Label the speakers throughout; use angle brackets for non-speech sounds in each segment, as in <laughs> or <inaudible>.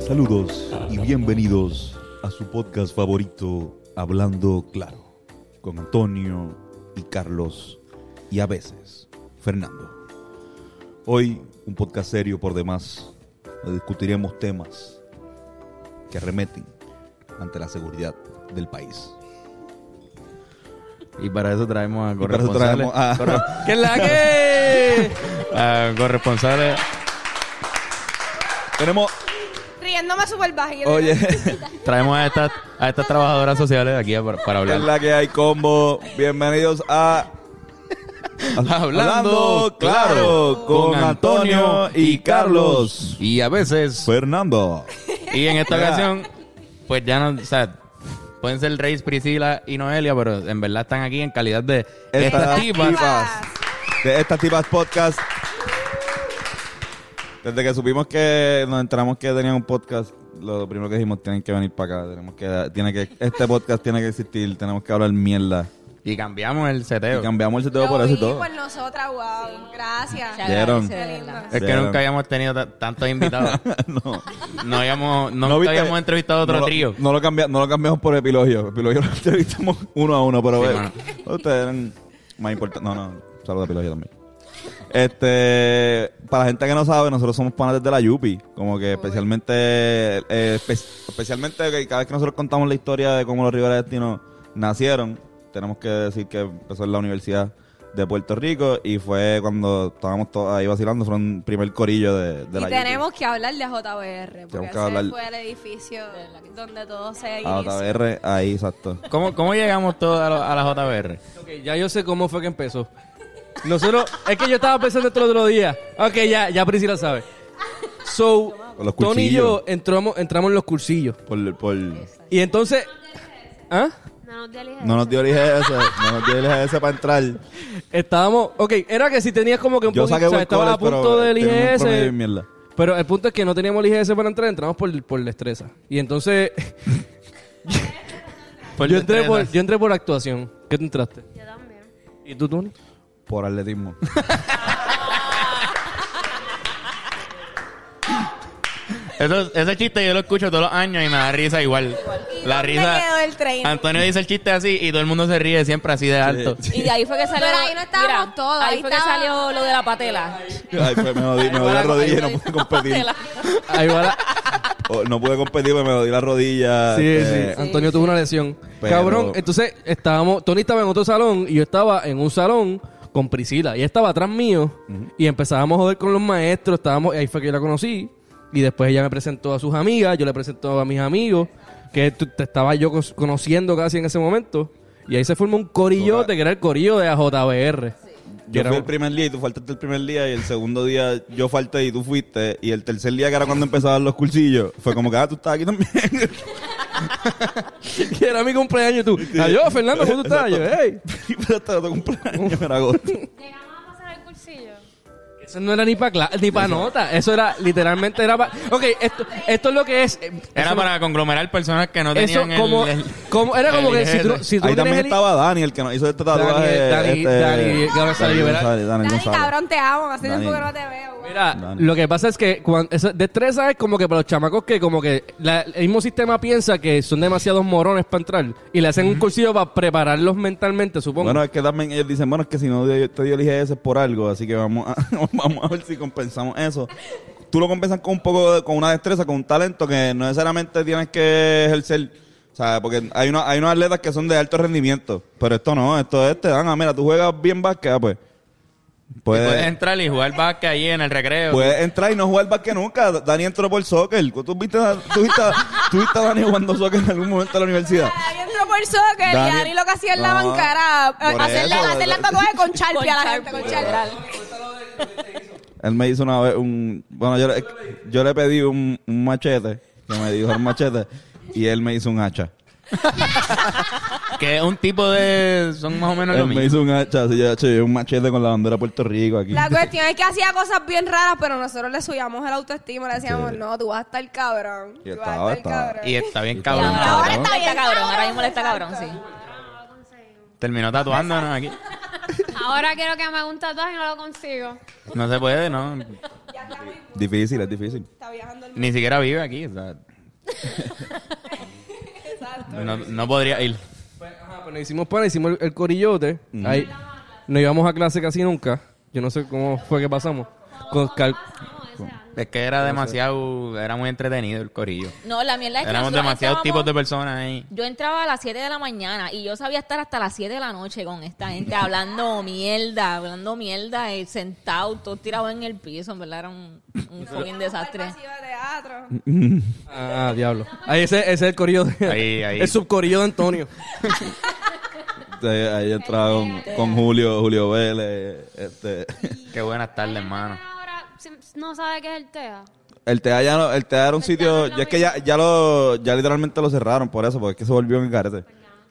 Speaker 1: Saludos y bienvenidos a su podcast favorito, Hablando Claro, con Antonio y Carlos y a veces Fernando. Hoy un podcast serio por demás, donde discutiremos temas que arremeten ante la seguridad del país.
Speaker 2: Y para eso traemos a
Speaker 1: Y para eso traemos
Speaker 2: corresponsales.
Speaker 1: a-
Speaker 2: <laughs> Corre- ¡Que la que! <laughs> A corresponsales.
Speaker 1: Tenemos,
Speaker 3: Riéndome súper bajito.
Speaker 1: oye, <laughs>
Speaker 2: Traemos a estas, a estas trabajadoras sociales aquí a- para, para
Speaker 1: es
Speaker 2: hablar.
Speaker 1: la que hay combo. Bienvenidos <laughs> a Hablando Claro con Antonio y Carlos.
Speaker 2: Y a veces.
Speaker 1: Fernando.
Speaker 2: Y en <laughs> esta
Speaker 1: Mira.
Speaker 2: ocasión, pues ya no. O sea, pueden ser Reis, Priscila y Noelia, pero en verdad están aquí en calidad de estas
Speaker 1: Estas
Speaker 2: tipas.
Speaker 1: tipas. De estas tipas podcast. Desde que supimos que nos entramos que tenían un podcast, lo primero que dijimos, tienen que venir para acá. Tenemos que, tiene que, este podcast tiene que existir, tenemos que hablar mierda.
Speaker 2: Y cambiamos el
Speaker 1: Y
Speaker 2: seteo.
Speaker 1: cambiamos el sitio
Speaker 3: Lo
Speaker 1: por eso y
Speaker 3: vi
Speaker 1: todo.
Speaker 3: por nosotras, wow. Gracias.
Speaker 4: Se
Speaker 1: ¿Vieron?
Speaker 4: agradece, de
Speaker 3: Qué
Speaker 4: verdad.
Speaker 3: lindo.
Speaker 2: Es que
Speaker 1: Vieron.
Speaker 2: nunca habíamos tenido ta- tantos <laughs> invitados.
Speaker 1: <laughs> No.
Speaker 2: No habíamos, nunca
Speaker 1: viste?
Speaker 2: habíamos entrevistado a otro
Speaker 1: No lo-
Speaker 2: trío.
Speaker 1: No lo, cambia- no lo cambiamos por epilogio. Epilogio lo entrevistamos uno a uno, pero
Speaker 2: Sí,
Speaker 1: bueno, <laughs> ustedes eran más importantes. No, no, saludos a epilogio también. Este, para la gente que no sabe, nosotros somos panas de la Yupi. Como que especialmente, eh, espe- especialmente que cada vez que nosotros contamos la historia de cómo los Rivera Destino nacieron, tenemos que decir que empezó en la Universidad de Puerto Rico y fue cuando estábamos todos ahí vacilando, fueron primer corillo de, de la
Speaker 3: y
Speaker 1: Yupi.
Speaker 3: tenemos que hablar de JBR, porque
Speaker 1: Tenemos que
Speaker 3: ese
Speaker 1: hablar-
Speaker 3: fue el edificio donde todo se
Speaker 1: A
Speaker 3: inició.
Speaker 1: JBR, ahí, exacto.
Speaker 2: ¿Cómo, cómo llegamos todos a, lo- a la JBR?
Speaker 5: Ok, ya yo sé cómo fue que empezó. Nosotros, es que yo estaba pensando esto el otro día. Ok, ya, ya Priscila sabe. So,
Speaker 1: Con los
Speaker 5: Tony y
Speaker 1: cursillos.
Speaker 5: yo entramos, entramos en los cursillos.
Speaker 1: Por, por,
Speaker 5: Y entonces, ¿ah?
Speaker 1: No nos dio el IGS, no nos dio el IGS para entrar.
Speaker 5: <laughs> Estábamos, ok, era que si tenías como que un
Speaker 1: Yo
Speaker 5: poquito,
Speaker 1: saqué
Speaker 5: o sea,
Speaker 1: buen
Speaker 5: estabas a
Speaker 1: college,
Speaker 5: punto
Speaker 1: pero eh,
Speaker 5: del
Speaker 1: tenía un promedio de
Speaker 5: IGS.
Speaker 1: mierda.
Speaker 5: Pero el punto es que no teníamos el IGS para entrar, entramos por, por destreza. Y entonces,
Speaker 2: Por
Speaker 5: <laughs> yo, entré por,
Speaker 2: destrezas.
Speaker 5: yo entré por actuación. ¿Qué tú entraste?
Speaker 4: Yo también.
Speaker 5: ¿Y tú, Tony?
Speaker 1: Por
Speaker 5: <laughs>
Speaker 1: atletismo.
Speaker 2: Eso- ese chiste yo lo escucho todos los años y me da risa igual.
Speaker 3: ¿Y
Speaker 2: La
Speaker 3: dónde
Speaker 2: risa.
Speaker 3: quedó el tren?
Speaker 2: Antonio dice el chiste así y todo el mundo se ríe siempre así de alto.
Speaker 4: Y de ahí fue que salió.
Speaker 3: Pero ahí no estábamos todos,
Speaker 4: Ahí,
Speaker 3: ahí
Speaker 4: fue
Speaker 3: estaba-
Speaker 4: que salió lo de la patela.
Speaker 1: Ay, pues me jodí, me jodí la rodilla y no pude
Speaker 5: <laughs>
Speaker 1: competir.
Speaker 4: Patela.
Speaker 5: Ahí va la-
Speaker 1: O, no pude competir porque me jodí la rodilla.
Speaker 5: Sí,
Speaker 1: este,
Speaker 5: sí. Antonio tuvo una lesión.
Speaker 1: Pero-
Speaker 5: Cabrón, entonces estábamos, Tony estaba en otro salón y yo estaba en un salón con Priscila. Y ella estaba atrás mío y empezábamos a joder con los maestros, estábamos, ahí fue que yo la conocí. Y después ella me presentó a sus amigas, yo le presentó a mis amigos, que tú- te estaba yo cos- conociendo casi en ese momento. Y ahí se formó un corillote, que era el corillo de AJBR.
Speaker 1: Yo fui el primer día y tú faltaste el primer día y el segundo día yo falté y tú fuiste. Y el tercer día, que era cuando empezaban los cursillos, fue como que, ah, tú estás aquí también.
Speaker 5: <laughs> y era mi cumpleaños y tú.
Speaker 1: <laughs>
Speaker 5: Adiós, Ah, Fernando, ¿cómo tú estás? Yo, hey.
Speaker 1: Pero hasta tu cumpleaños en agosto.
Speaker 6: Llegamos a pasar el cursillo.
Speaker 5: Eso no era ni para ni pa nota. Eso era literalmente era para. Ok, esto, esto es lo que es. eh,
Speaker 2: Era
Speaker 5: eso-
Speaker 2: para conglomerar personas que no
Speaker 5: Eso
Speaker 2: tenían el-
Speaker 5: como,
Speaker 2: el-
Speaker 5: como era como
Speaker 2: el
Speaker 5: que si tú,
Speaker 2: IGS.
Speaker 5: si tú
Speaker 1: Ahí
Speaker 5: tienes
Speaker 1: también
Speaker 5: el-
Speaker 1: estaba Dani, el que nos hizo este tatuaje.
Speaker 5: Dani,
Speaker 1: este,
Speaker 5: Dani, que ahora salió, ¿verdad?
Speaker 1: González, Dani
Speaker 3: Dani,
Speaker 1: González.
Speaker 3: cabrón, te amo. Hace
Speaker 1: Dani.
Speaker 3: tiempo que no te veo. wow.
Speaker 5: Mira,
Speaker 1: Dani.
Speaker 5: lo que pasa es que cuando, esa destreza es como que para los chamacos que como que la- el mismo sistema piensa que son demasiados morones para entrar y le hacen un cursillo para prepararlos mentalmente, supongo.
Speaker 1: Bueno, es que también ellos dicen, bueno, es que si no dio- te dio el IGS es por algo, así que vamos a, <laughs> vamos a ver si compensamos eso. Tú lo compensas con un poco, de- con una destreza, con un talento que no necesariamente tienes que ejercer. O sea, porque hay, una, hay unos atletas que son de alto rendimiento, pero esto no, esto es, te dan, ah, mira, tú juegas bien básquet, ah, pues.
Speaker 5: pues,
Speaker 2: Puedes
Speaker 1: Puedes,
Speaker 2: entrar y jugar básquet ahí en el recreo.
Speaker 1: puedes entrar y no jugar básquet nunca. Dani entró por soccer. ¿Tú viste, a- tú viste, a- tú viste a Dani jugando soccer en algún momento en la universidad?
Speaker 3: Dani entró por soccer
Speaker 1: Dani-
Speaker 3: y Dani lo que hacía en la
Speaker 1: No,
Speaker 3: banca era
Speaker 1: por
Speaker 3: eh, hacerle,
Speaker 1: eso.
Speaker 3: hacerle tatuaje con charpi
Speaker 4: <laughs> Con
Speaker 3: a la gente, con
Speaker 4: Sharpie,
Speaker 3: charpi.
Speaker 4: literal.
Speaker 1: Él me hizo una vez un... Bueno, yo le, yo le pedí un, un machete, que me dijo el machete, y él me hizo un hacha.
Speaker 2: Que es un tipo de. Son más o menos lo
Speaker 1: él me hizo
Speaker 2: mismo.
Speaker 1: un hacha, así yo, "Hacho, yo un machete con la bandera de Puerto Rico aquí. <laughs>
Speaker 3: La cuestión es que hacía cosas bien raras, pero nosotros le subíamos el autoestima, le decíamos,
Speaker 1: Sí.
Speaker 3: no, tú vas a estar cabrón.
Speaker 1: Y
Speaker 3: tú vas
Speaker 1: estaba,
Speaker 3: a estar
Speaker 1: estaba.
Speaker 3: cabrón.
Speaker 2: Y está bien
Speaker 4: Y
Speaker 2: cabrón.
Speaker 4: ahora, ahora
Speaker 3: Cabrón.
Speaker 4: está bien cabrón. Ahora mismo le está cabrón, sí.
Speaker 2: Terminó tatuándonos aquí.
Speaker 6: Ahora quiero que me haga un tatuaje y no lo consigo.
Speaker 2: No se puede, ¿no?
Speaker 1: Difícil, es difícil.
Speaker 3: Está viajando el
Speaker 2: ni siquiera vive aquí. O sea, no, no podría ir.
Speaker 5: Pues, ajá, pues nos hicimos pana, hicimos el, el corillote. Ahí no íbamos a clase casi nunca. Yo no sé cómo fue que pasamos. Con cal-
Speaker 2: Es que era demasiado, era muy entretenido el corillo.
Speaker 4: No, la mierda es que
Speaker 2: Éramos
Speaker 4: nosotros
Speaker 2: demasiados tipos
Speaker 4: estábamos-
Speaker 2: de personas ahí.
Speaker 4: Yo entraba a las 7 de la mañana y yo sabía estar hasta las 7 de la noche con esta gente hablando mierda, hablando mierda, eh, sentado, todo tirado en el piso, en verdad era un, un fucking desastre.
Speaker 3: Vacío de teatro.
Speaker 5: Ah, diablo. Ahí ese, ese es el corillo. de-
Speaker 2: Ahí, ahí.
Speaker 5: <laughs> El subcorillo de Antonio.
Speaker 1: Este, ahí entraba con, con Julio, Julio Vélez. Este.
Speaker 2: Qué buenas tardes, hermano.
Speaker 6: Ahora si- no sabe qué es el TEA.
Speaker 1: El TEA ya no, el TEA era un sitio, Pues ya es que ya, ya lo, ya literalmente lo cerraron por eso, porque es que se volvió un carete.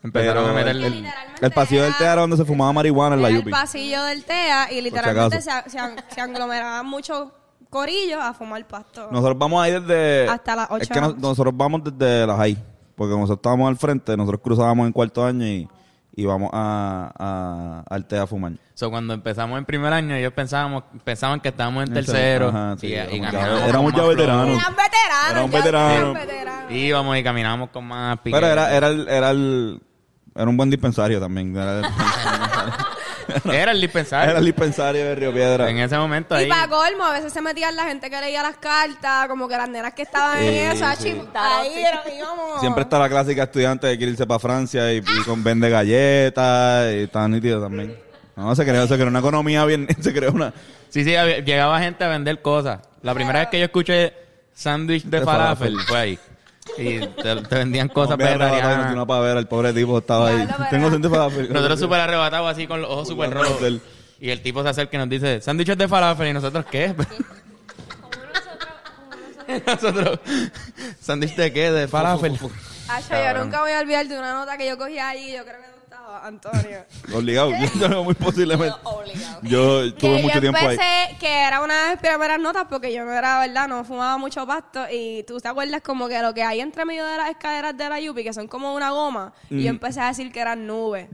Speaker 2: Empezaron a meterle-
Speaker 1: el, el pasillo del TEA era donde se fumaba marihuana en la
Speaker 3: Era el
Speaker 1: Yupi.
Speaker 3: pasillo del TEA y
Speaker 1: si
Speaker 3: literalmente
Speaker 1: acaso.
Speaker 3: se, a- se, an- se anglomeraban muchos corillos a fumar pasto.
Speaker 1: Nosotros vamos ahí desde...
Speaker 3: Hasta las ocho
Speaker 1: Es que
Speaker 3: de la
Speaker 1: nos-
Speaker 3: noche.
Speaker 1: nosotros vamos desde las high, porque nosotros estábamos al frente, nosotros cruzábamos en cuarto año y, y vamos a, a, al TEA a fumar.
Speaker 2: So, cuando empezamos en primer año, ellos pensábamos, pensaban que estábamos en
Speaker 1: En tercero,
Speaker 2: tercero.
Speaker 1: ajá, sí,
Speaker 2: y,
Speaker 1: éramos
Speaker 2: y
Speaker 1: ya-
Speaker 2: caminábamos
Speaker 1: éramos
Speaker 2: con
Speaker 1: ya
Speaker 2: más flow.
Speaker 1: veteranos.
Speaker 3: Eran veteranos.
Speaker 1: Era un
Speaker 3: ya
Speaker 1: veterano.
Speaker 3: eran veteranos.
Speaker 2: Íbamos y caminábamos con más pique.
Speaker 1: Pero era, era, el, era, el, era un buen dispensario también. Era el,
Speaker 2: Era el
Speaker 1: <laughs>
Speaker 2: dispensario.
Speaker 1: era el dispensario de Río Piedra.
Speaker 2: En ese momento ahí.
Speaker 3: Y para colmo, a veces se metían la gente que leía las cartas, como que las nenas que estaban en eso, ah, chim- ahí era- íbamos.
Speaker 1: Siempre está la clásica estudiante de quiere irse para Francia y, y con vende galletas y tan nítido también. No, se creó, se creó una economía bien, <laughs> se creó una...
Speaker 2: Sí, sí, había- llegaba gente a vender cosas. La primera vez que yo escuché sándwich de,
Speaker 1: De falafel.
Speaker 2: falafel fue ahí. Y te, te vendían cosas
Speaker 1: Hombre, arrebatado, que
Speaker 2: vegetarianas.
Speaker 1: tiene Una pavera, el pobre tipo estaba ahí.
Speaker 3: Diablo,
Speaker 1: Tengo
Speaker 3: pero-
Speaker 1: gente para...
Speaker 2: Nosotros súper arrebatados así con los ojos súper
Speaker 1: Burlándose
Speaker 2: rojos.
Speaker 1: del-
Speaker 2: Y el tipo se acerca y nos dice, sándwiches de falafel. ¿Y nosotros qué? <laughs> nosotros, ¿sándwich de qué? De falafel.
Speaker 3: Acho, yo Ah, nunca voy a olvidar de una nota que yo cogí allí, yo creo que tú estabas,
Speaker 1: <laughs>
Speaker 3: Antonio.
Speaker 1: Obligado, yo muy posiblemente. Yo
Speaker 3: que
Speaker 1: tuve
Speaker 3: yo
Speaker 1: mucho tiempo ahí.
Speaker 3: empecé, que era una de mis primeras notas, porque yo no era, ¿verdad? No fumaba mucho pasto. Y tú te acuerdas como que lo que hay entre medio de las escaleras de la Yupi, que son como una goma. Y yo
Speaker 1: Mm.
Speaker 3: empecé a decir que eran
Speaker 1: <laughs>
Speaker 3: nubes.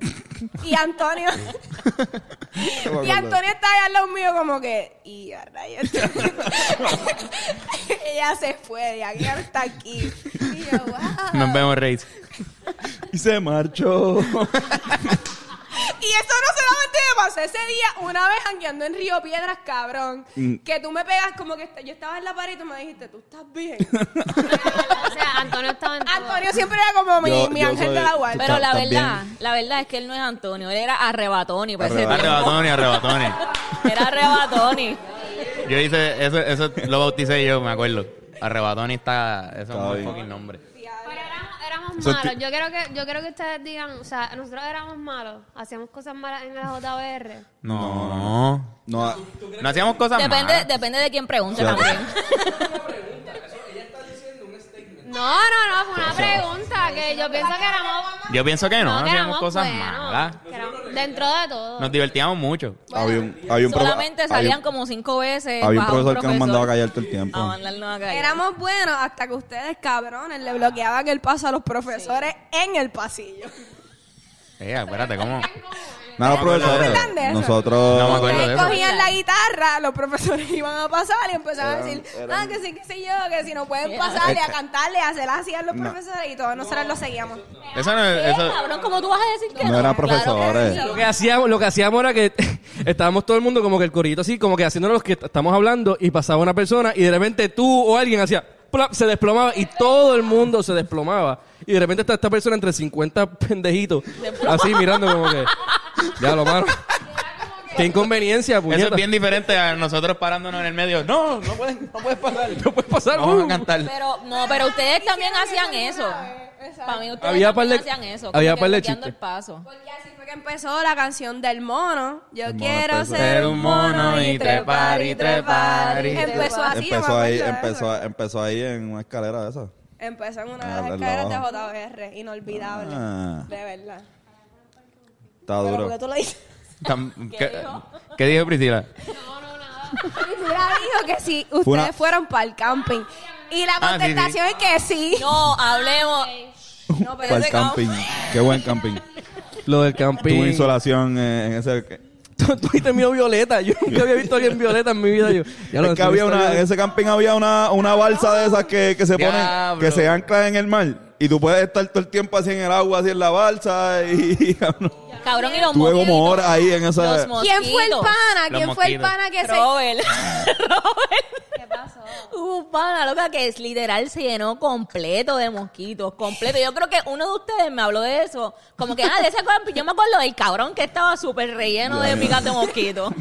Speaker 3: y Antonio. <laughs> y Antonio estaba allá al lado mío, como que. Y a rayos".
Speaker 1: <laughs>
Speaker 3: <laughs> Ella se fue, de aquí hasta aquí. Y yo, wow.
Speaker 2: Nos vemos, Reis.
Speaker 1: Y se marchó.
Speaker 3: Y eso no solamente me pasó ese día, una vez jangueando en Río Piedras, cabrón.
Speaker 1: Mm.
Speaker 3: Que tú me pegas como que est- yo estaba en la pared y tú me dijiste, tú estás bien.
Speaker 6: o sea, Antonio estaba en todo.
Speaker 3: Antonio siempre era como mi,
Speaker 1: Yo-
Speaker 3: mi
Speaker 1: yo
Speaker 3: ángel
Speaker 1: soy-
Speaker 3: de la guardia.
Speaker 4: Pero la
Speaker 1: Está- está
Speaker 4: verdad, la verdad es que él no es Antonio, él era arrebatoni para ese tiempo.
Speaker 2: Arrebatones, arrebatones.
Speaker 4: <laughs> Era arrebatoni.
Speaker 2: Yo hice, eso, eso lo bauticé yo, me acuerdo. Arrebatones está, eso es
Speaker 1: Está
Speaker 2: un buen
Speaker 1: bien.
Speaker 2: fucking nombre.
Speaker 6: Pero éramos, éramos
Speaker 1: Eso
Speaker 6: malos.
Speaker 1: ti-
Speaker 6: Yo quiero, que, yo quiero que ustedes digan, o sea, nosotros éramos malos. Hacíamos cosas malas en el JBR.
Speaker 2: No, no.
Speaker 1: No,
Speaker 2: No hacíamos cosas
Speaker 4: Depende,
Speaker 2: malas.
Speaker 4: depende de quién pregunte
Speaker 1: Sí,
Speaker 4: también.
Speaker 6: No, no, no, fue una pregunta que yo pienso que éramos...
Speaker 2: Yo pienso que no, no
Speaker 6: que
Speaker 2: hacíamos
Speaker 6: éramos
Speaker 2: cosas
Speaker 6: buenos,
Speaker 2: malas.
Speaker 6: que éramos- dentro de todo.
Speaker 2: Nos divertíamos mucho.
Speaker 1: había un, <laughs> había un profe-
Speaker 4: Solamente
Speaker 1: había-
Speaker 4: salían como cinco veces.
Speaker 1: Había un
Speaker 4: bajaba
Speaker 1: profesor que nos mandaba a callar todo el tiempo.
Speaker 4: A mandarnos a callar.
Speaker 3: Éramos buenos hasta que ustedes, cabrones, le bloqueaban el paso a los profesores en el pasillo.
Speaker 2: Eh, acuérdate cómo.
Speaker 1: Nada, los profesores.
Speaker 3: acuerdo de eso.
Speaker 1: Nosotros.
Speaker 2: No me acuerdo. de
Speaker 3: Ustedes
Speaker 2: eso.
Speaker 3: cogían la guitarra, los profesores <laughs> iban a pasar y empezaban a decir, ah, que sí, que sí yo, que si no pueden pasarle a cantarle, a hacer así a los profesores y todos nosotros lo seguíamos.
Speaker 2: <laughs> Eso no es.
Speaker 4: Eh,
Speaker 2: Eso...
Speaker 4: cabrón, ¿cómo tú vas a decir que no?
Speaker 1: No eran
Speaker 4: Claro que
Speaker 1: profesores.
Speaker 4: sí.
Speaker 5: Lo que hacíamos, lo que hacíamos era que <laughs> estábamos todo el mundo como que el corillito así, como que haciéndonos los que t- estamos hablando y pasaba una persona y de repente tú o alguien hacía plop, se desplomaba y todo el mundo se desplomaba y de repente está esta persona entre 50 pendejitos así mirando como que ya lo mano. Qué inconveniencia, puñeta.
Speaker 2: Eso es bien diferente a nosotros parándonos en el medio. No, no puedes, no puedes pasar.
Speaker 5: No puede pasar.
Speaker 2: Vamos a
Speaker 5: uh.
Speaker 2: cantar.
Speaker 4: Pero, no, pero ustedes también hacían eso. Para mí ustedes
Speaker 5: Había par
Speaker 4: también
Speaker 5: de-
Speaker 4: hacían eso. como
Speaker 5: había
Speaker 4: que
Speaker 5: par de
Speaker 4: bloqueando
Speaker 5: chistes.
Speaker 4: el paso.
Speaker 3: Porque así fue que empezó la canción del mono. Yo
Speaker 1: mono
Speaker 3: quiero
Speaker 1: empezó.
Speaker 3: ser un mono y trepar y trepar.
Speaker 2: y trepar.
Speaker 3: Empezó así, yo me
Speaker 1: empezó ahí,
Speaker 3: acuerdo de
Speaker 1: empezó,
Speaker 3: eso.
Speaker 1: empezó ahí en una escalera de esas.
Speaker 3: Empezó en una
Speaker 1: Ah,
Speaker 3: de las
Speaker 1: al
Speaker 3: escaleras
Speaker 1: lado.
Speaker 3: de JBR, inolvidable.
Speaker 1: Ah.
Speaker 3: De verdad.
Speaker 1: Está
Speaker 3: Pero
Speaker 1: duro.
Speaker 3: porque tú lo dices. <laughs>
Speaker 2: Tam- ¿Qué, qué dijo Priscila?
Speaker 3: Priscila dijo que sí, ustedes
Speaker 1: una-
Speaker 3: fueron para el camping. Y la
Speaker 2: Ah, sí, sí.
Speaker 3: contestación es que sí.
Speaker 4: No, hablemos.
Speaker 3: No, pero
Speaker 1: Para el
Speaker 3: ese caos-
Speaker 1: camping. Qué buen camping.
Speaker 5: Lo del camping.
Speaker 1: Tuve insolación eh, en ese.
Speaker 5: Tony terminó violeta. Yo nunca había visto a alguien violeta en mi vida. Yo, ya lo
Speaker 1: Es que había
Speaker 5: Tony
Speaker 1: una,
Speaker 5: está
Speaker 1: en ese camping había una, una balsa de esas que, que se ponen,
Speaker 2: Diablo.
Speaker 1: que se anclan en el mar. Y tú puedes estar todo el tiempo así en el agua, así en la balsa. Y, <laughs> cabrón,
Speaker 4: Cabrón, y los
Speaker 1: tuve
Speaker 4: mosquitos.
Speaker 1: como horas ahí en esa.
Speaker 4: Los mosquitos.
Speaker 3: ¿Quién fue el
Speaker 2: Los
Speaker 3: pana? ¿Quién fue el
Speaker 2: mosquitos.
Speaker 3: pana que se
Speaker 4: Robert. <laughs>
Speaker 6: ¿Qué pasó?
Speaker 4: Hubo un pana, loca, que es literal se llenó completo de mosquitos, completo. Yo creo que uno de ustedes me habló de eso. Como que, ah, de ese cuerpo, yo me acuerdo del cabrón que estaba súper relleno de picas de mosquitos.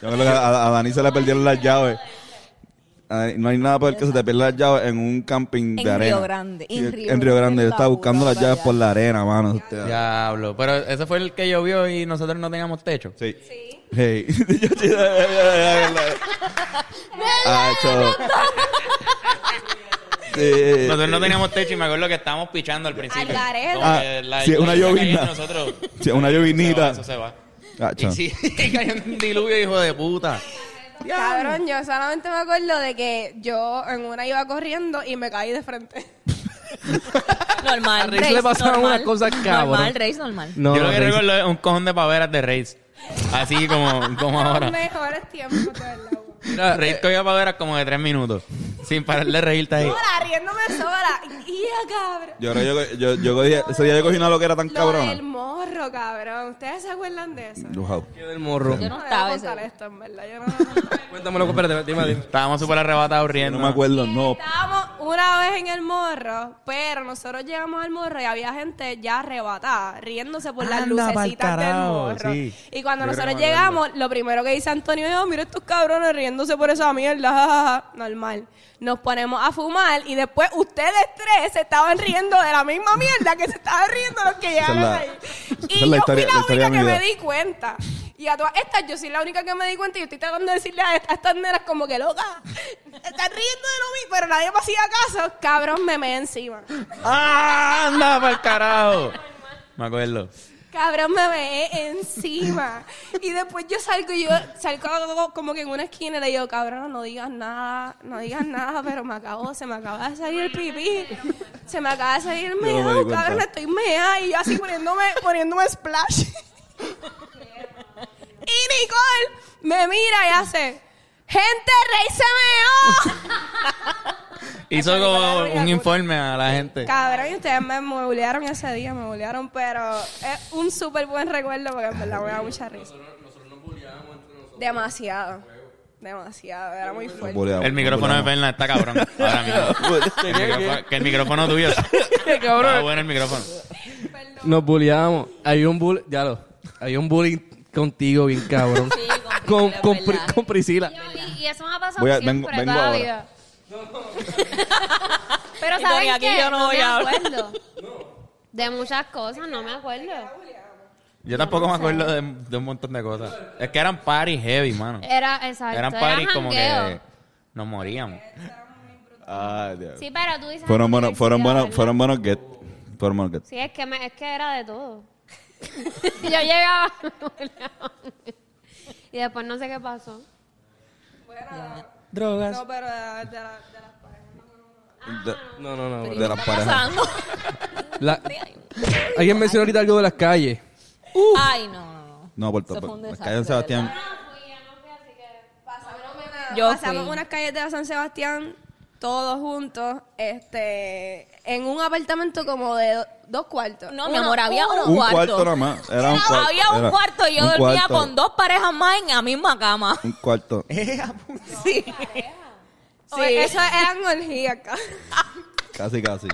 Speaker 1: Yo creo que a, a Dani se le perdieron las llaves. A Dani- no hay nada peor que se te pierdan las llaves en un camping de
Speaker 4: En
Speaker 1: arena.
Speaker 4: Río Grande,
Speaker 1: Y-
Speaker 4: en
Speaker 1: En Río,
Speaker 4: Río
Speaker 1: Grande.
Speaker 4: Grande,
Speaker 1: Yo estaba
Speaker 4: la
Speaker 1: buscando
Speaker 4: puta
Speaker 1: las llaves
Speaker 4: vaya.
Speaker 1: por la arena, mano. Usted-
Speaker 2: Diablo. Pero ese fue el que llovió y nosotros no teníamos techo.
Speaker 1: Sí. Hey. <laughs> Yo- yo- yo- yo- yo- yo-
Speaker 4: <laughs>
Speaker 1: Ah, chavo. Sí.
Speaker 2: Nosotros no teníamos techo y me acuerdo que estábamos pichando al principio.
Speaker 3: garete.
Speaker 2: Como
Speaker 1: Ah,
Speaker 2: que
Speaker 1: sí, una
Speaker 2: lluvia
Speaker 1: llovizna.
Speaker 2: cayendo
Speaker 1: <laughs>
Speaker 2: y Nosotros,
Speaker 1: Sí, una llovinita.
Speaker 2: Eso se va.
Speaker 1: Ah,
Speaker 2: Y
Speaker 1: chavo.
Speaker 2: sí, <laughs> y cayó un diluvio, hijo de puta.
Speaker 3: Cabrón, yo solamente me acuerdo de que yo en una iba corriendo y me caí de frente.
Speaker 4: Normal.
Speaker 5: A Reis
Speaker 4: Reis,
Speaker 5: le pasaban
Speaker 4: normal.
Speaker 5: unas cosas cabrón.
Speaker 4: Normal, Reis, normal.
Speaker 5: No,
Speaker 2: Yo lo
Speaker 5: no,
Speaker 2: que
Speaker 5: Reis.
Speaker 2: recuerdo es un cojón de paveras de Reyes. Así como, como
Speaker 3: Los
Speaker 2: ahora.
Speaker 3: mejores tiempos de verdad. güey.
Speaker 1: eh,
Speaker 2: Reyes cogía paveras como de tres minutos. Sin parar de reírte ahí.
Speaker 3: Sola, riéndome sola. Ya, cabrón.
Speaker 1: Yo, creo que yo, yo, cogí- ese día yo cogí una loquera tan
Speaker 3: Lo del
Speaker 1: cabrona.
Speaker 3: morro, cabrón. ¿Ustedes se acuerdan de eso?
Speaker 1: Wow.
Speaker 5: Qué del morro.
Speaker 4: Yo no
Speaker 3: voy a
Speaker 4: estaba
Speaker 3: contar
Speaker 4: ese.
Speaker 3: esto, en verdad. Yo no.
Speaker 5: Cuéntamelo, espérate, dime, dime.
Speaker 2: Estábamos súper arrebatados
Speaker 1: Yo
Speaker 2: riendo.
Speaker 1: no me acuerdo, no.
Speaker 3: Estábamos una vez en el morro, pero nosotros llegamos al morro y había gente ya arrebatada, riéndose por las
Speaker 2: Anda pa'l
Speaker 3: lucecitas
Speaker 2: carajo,
Speaker 3: del morro.
Speaker 2: sí.
Speaker 3: Y cuando
Speaker 2: Yo creo que
Speaker 3: nosotros
Speaker 2: me acuerdo.
Speaker 3: llegamos, lo primero que dice Antonio es, "Oh, mira estos cabrones riéndose por esa mierda, ja, ja, ja". normal. Nos ponemos a fumar y después ustedes tres se estaban riendo de la misma mierda que se estaban riendo los que llegaron
Speaker 1: la-
Speaker 3: ahí.
Speaker 1: esa
Speaker 3: Y
Speaker 1: es la
Speaker 3: yo
Speaker 1: historia- la
Speaker 3: fui la
Speaker 1: historia de
Speaker 3: única
Speaker 1: mi
Speaker 3: que
Speaker 1: vida.
Speaker 3: me di cuenta. Y a todas estas, yo soy la única que me di cuenta y yo estoy tratando de decirle a, estas- a estas nenas como que loca, están riendo de lo mismo, pero nadie me hacía caso. Cabrón, me meé encima.
Speaker 2: ¡Ah! ¡Anda para el carajo! Me acuerdo.
Speaker 3: Cabrón, me meé encima. Y después yo salgo y yo salgo como que en una esquina y le digo, cabrón, no digas nada, no digas nada, pero me acabó, se me acaba de salir el pipí. Se me acaba de salir el
Speaker 1: me di
Speaker 3: meado,
Speaker 1: cuenta.
Speaker 3: cabrón, estoy mea y yo así poniéndome, poniéndome splash. Y Nicole me mira y hace, gente, Rey se meó.
Speaker 2: Hizo como un informe a la gente.
Speaker 3: Cabrón, y ustedes me me bulearon ese día, me bulearon, pero es un súper buen recuerdo porque en verdad me da mucha risa. Demasiado. Demasiado, era muy fuerte.
Speaker 1: Boleamos,
Speaker 2: El micrófono de
Speaker 1: boleamos.
Speaker 2: Fernández está cabrón. Ahora
Speaker 1: <laughs>
Speaker 2: mismo. <laughs> El micrófono- que el micrófono tuyo.
Speaker 5: Qué cabrón.
Speaker 2: Está bueno el micrófono.
Speaker 5: Nos bulleábamos. Hay un bull, ya lo. Hay un bullying contigo bien cabrón.
Speaker 4: Sí,
Speaker 5: con, con,
Speaker 4: con Priscila, es
Speaker 5: Pri-
Speaker 4: verdad.
Speaker 5: con Priscila.
Speaker 6: Y, y eso me ha pasado
Speaker 1: Voy a-
Speaker 6: siempre,
Speaker 1: vengo- vengo
Speaker 6: toda la
Speaker 1: ahora.
Speaker 6: vida. <laughs> Pero
Speaker 4: Y
Speaker 6: ¿saben
Speaker 4: Tony, aquí
Speaker 6: qué?
Speaker 4: yo no voy
Speaker 6: me
Speaker 4: a hablar.
Speaker 6: acuerdo. De muchas cosas, no me acuerdo.
Speaker 2: Yo tampoco me acuerdo de, de un montón de cosas. Es que eran party heavy, mano.
Speaker 6: Era, Eh, exacto.
Speaker 2: Eran
Speaker 6: era
Speaker 2: parties como que
Speaker 6: jangueo.
Speaker 2: nos moríamos.
Speaker 1: Ay, Dios.
Speaker 6: Sí, pero tú dices...
Speaker 1: Fueron buenos, fueron buenos,
Speaker 6: ¿verdad?
Speaker 1: fueron buenos get. Fueron buenos get.
Speaker 6: Sí, es que, me, es que era de todo. <laughs> yo <laughs> llegaba... y después no sé qué pasó.
Speaker 2: Drogas.
Speaker 3: No, pero de- de la- de la-
Speaker 1: De,
Speaker 5: No, no, no.
Speaker 1: de las
Speaker 4: ¿Qué está
Speaker 1: parejas.
Speaker 4: pasando?
Speaker 5: La- alguien mencionó ahorita algo de las calles.
Speaker 4: Ay, no, no, no.
Speaker 1: No, por
Speaker 4: Eso fue
Speaker 1: favor.
Speaker 4: un
Speaker 1: Las
Speaker 4: desastre,
Speaker 1: calles de Sebastián.
Speaker 3: Pasamos, una-
Speaker 4: Yo
Speaker 3: pasamos
Speaker 4: fui.
Speaker 3: unas calles de San Sebastián todos juntos, este, en un apartamento como de do- dos cuartos.
Speaker 4: No, mi
Speaker 3: Uno-
Speaker 4: amor, había
Speaker 3: uno-
Speaker 4: un
Speaker 1: Un
Speaker 4: cuarto.
Speaker 1: cuarto nada más. Era un cuarto.
Speaker 4: Había un
Speaker 1: era
Speaker 4: cuarto y yo
Speaker 1: un
Speaker 4: dormía
Speaker 1: cuarto.
Speaker 4: con dos parejas más en la misma cama.
Speaker 1: Un <laughs> cuarto.
Speaker 4: Sí.
Speaker 3: Sí, eso eran orgías, cabrón. <laughs>
Speaker 1: Casi, casi.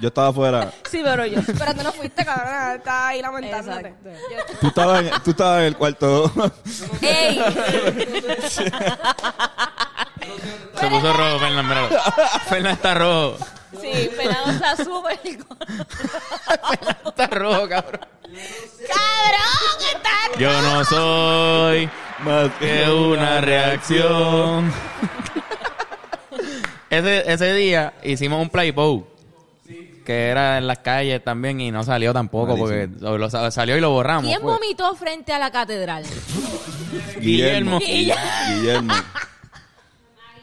Speaker 1: Yo estaba afuera.
Speaker 4: Sí, pero yo.
Speaker 3: Pero tú no fuiste, cabrón, estás ahí lamentándote.
Speaker 4: Exacto.
Speaker 3: Yo-
Speaker 1: Tú estabas en, tú estabas en el <laughs> cuarto.
Speaker 4: Ey,
Speaker 2: Se puso rojo, Fernández. míralo. Fernández está rojo.
Speaker 4: sí, pelado está súper.
Speaker 2: Fernández está rojo, cabrón.
Speaker 4: ¡Cabrón! Está
Speaker 2: Yo no soy
Speaker 1: Más
Speaker 2: que una reacción. ese, ese día hicimos un play bow. Que era en las calles también y no salió tampoco
Speaker 1: Malísimo.
Speaker 2: porque lo- lo- salió y lo borramos.
Speaker 4: ¿Quién
Speaker 2: pues.
Speaker 4: vomitó frente a la catedral?
Speaker 1: Guillermo.
Speaker 2: Guillermo.
Speaker 1: Guillermo.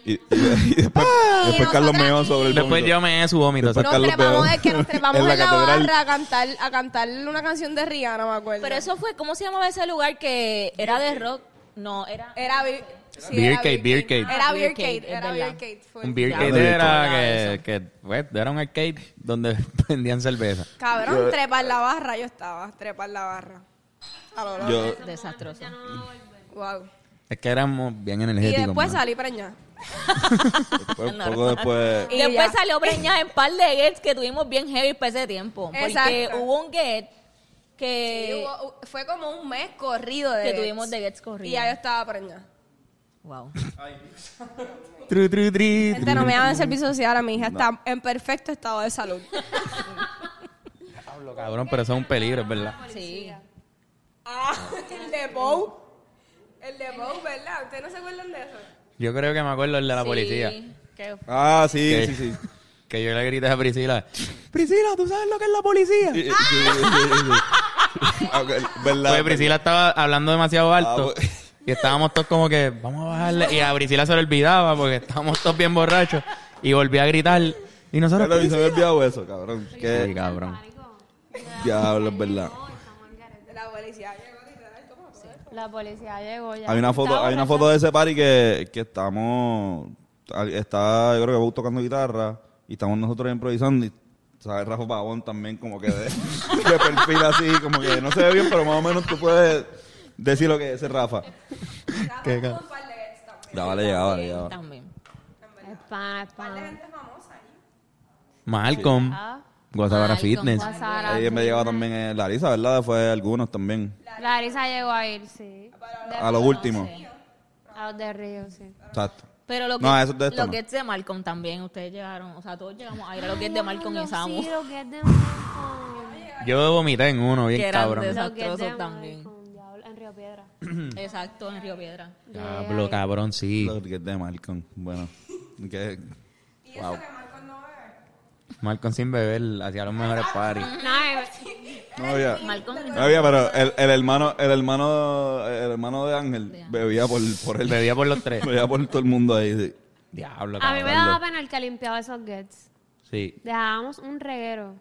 Speaker 1: Y, y- y después, después
Speaker 3: Y
Speaker 1: Carlos
Speaker 3: nosotras-
Speaker 1: meó sobre el
Speaker 2: Después
Speaker 1: vómito.
Speaker 2: yo me su vómito.
Speaker 1: Después
Speaker 2: ¿sabes?
Speaker 3: Nos
Speaker 1: Carlos
Speaker 3: trepamos,
Speaker 1: Pedro.
Speaker 3: es que nos
Speaker 2: <laughs>
Speaker 3: trepamos
Speaker 1: En
Speaker 3: en
Speaker 1: la
Speaker 3: la,
Speaker 1: catedral.
Speaker 3: barra a cantar, a cantar una canción de Rihanna, me acuerdo.
Speaker 4: Pero eso fue, ¿cómo se llamaba ese lugar que era de rock? No, era...
Speaker 3: Era Beer, sí,
Speaker 2: Beer
Speaker 3: era
Speaker 2: Cave, Beer Cave.
Speaker 3: Era
Speaker 4: Ah,
Speaker 3: Beer
Speaker 4: Beer
Speaker 3: Cave,
Speaker 4: Cave, es
Speaker 3: era Beer
Speaker 4: verdad.
Speaker 3: Cave. fue.
Speaker 2: Un beer
Speaker 4: Ya,
Speaker 2: cave
Speaker 1: no, yo
Speaker 2: era
Speaker 4: todo
Speaker 2: que, que pues, era un arcade donde <laughs> vendían cerveza.
Speaker 3: Cabrón, trepar la barra, yo estaba, trepar la barra. A lo loco.
Speaker 1: Yo,
Speaker 4: Desastroso.
Speaker 3: Wow.
Speaker 2: Es que éramos bien
Speaker 3: Y
Speaker 2: energéticos.
Speaker 3: después
Speaker 2: mano.
Speaker 3: salí preñada.
Speaker 1: después- poco después.
Speaker 3: Y ya.
Speaker 4: Después salió preñada en par de gets que tuvimos bien heavy para ese tiempo. Porque
Speaker 3: Exacto.
Speaker 4: hubo un get que...
Speaker 3: Y hubo- Eh, fue como un mes corrido de
Speaker 4: Que
Speaker 3: Gets.
Speaker 4: tuvimos de Gets corrido.
Speaker 3: Y ya yo estaba preñada.
Speaker 4: Wow.
Speaker 2: Tru, tru, tri,
Speaker 3: Gente, no me hagan servicio social a mi hija, está en perfecto estado
Speaker 2: <laughs>
Speaker 3: de salud.
Speaker 2: tru. Cabrón, pero eso es un peligro, es verdad.
Speaker 4: Sí.
Speaker 3: Ah, el de Bow. El de Bow, ¿verdad? ¿Ustedes no se acuerdan de eso?
Speaker 2: Yo creo que me acuerdo el de la
Speaker 4: Sí.
Speaker 2: policía.
Speaker 4: Que-
Speaker 1: Ah, sí,
Speaker 2: Que-
Speaker 1: sí, sí.
Speaker 2: Que yo le grité a Priscila, Priscila, ¿tú sabes lo que es la policía?
Speaker 1: Sí, sí, sí, sí. Ah, ok, ¿Verdad?
Speaker 2: Porque Priscila estaba hablando demasiado alto.
Speaker 1: Ah, pues.
Speaker 2: Y estábamos todos como que, vamos a bajarle. Y a Priscila se le olvidaba porque estábamos todos bien borrachos. Y volví a gritar. Y nosotros.
Speaker 1: Pero se me
Speaker 2: "Priscila".
Speaker 1: había olvidado eso, cabrón.
Speaker 2: Sí,
Speaker 1: Qué
Speaker 2: cabrón.
Speaker 1: diablo, es verdad.
Speaker 3: La policía llegó literal, ¿cómo?
Speaker 6: La policía llegó ya. pues,
Speaker 1: Hay una foto,
Speaker 6: Estaba
Speaker 1: hay una
Speaker 6: borracha.
Speaker 1: foto de ese party que, que estamos, está, yo creo que Bob tocando guitarra y estamos nosotros improvisando y sabes Rafa Pavón también como que de, <laughs> de perfil así, como que no se ve bien, pero más o menos tú puedes decir lo que dice Rafa.
Speaker 2: Qué
Speaker 3: Un par de pues. ex también.
Speaker 1: Ya vale, ya vale, ya vale.
Speaker 4: También.
Speaker 6: Es pana, es pana.
Speaker 3: Gente famosa ahí.
Speaker 2: Malcolm.
Speaker 6: Ah,
Speaker 2: Guasabara
Speaker 4: Malcolm,
Speaker 2: Fitness.
Speaker 6: Guasara.
Speaker 1: Ahí me llegaba también eh, Larisa, ¿verdad? Fue algunos también.
Speaker 6: Larisa llegó a ir, sí.
Speaker 1: A los últimos.
Speaker 6: A los de Río, sí.
Speaker 1: Exacto.
Speaker 4: Pero lo que,
Speaker 1: No, eso de esto
Speaker 4: lo
Speaker 1: no.
Speaker 4: que es de Malcolm también, ustedes llegaron, o sea, todos llegamos a ir a lo que es de Malcolm y Samu. <laughs>
Speaker 6: Sí, lo que es de Malcolm.
Speaker 2: Yo vomité en uno,
Speaker 4: Que
Speaker 2: bien
Speaker 4: eran
Speaker 2: cabrón.
Speaker 4: de-
Speaker 6: Lo que es de
Speaker 4: Desastroso también.
Speaker 6: Malcolm, diablo, en Río Piedra.
Speaker 4: Exacto, en Río Piedra.
Speaker 2: Diablo, cabrón, sí.
Speaker 1: Lo que es de Malcolm. Bueno. que-
Speaker 3: Y eso que Marcos no ve.
Speaker 2: Malcolm sin beber hacía los mejores paris.
Speaker 6: <clears throat>
Speaker 1: <laughs>
Speaker 6: No,
Speaker 1: No había.
Speaker 4: Malcolm
Speaker 1: No había, pero el, el hermano, el hermano, el hermano de Ángel bebía por, por él.
Speaker 2: Bebía por los tres.
Speaker 1: Bebía por todo el mundo ahí. sí.
Speaker 2: Diablo,
Speaker 6: a mí me
Speaker 2: cabrón.
Speaker 6: daba pena el que limpiaba esos gets.
Speaker 2: Sí.
Speaker 6: Dejábamos un reguero.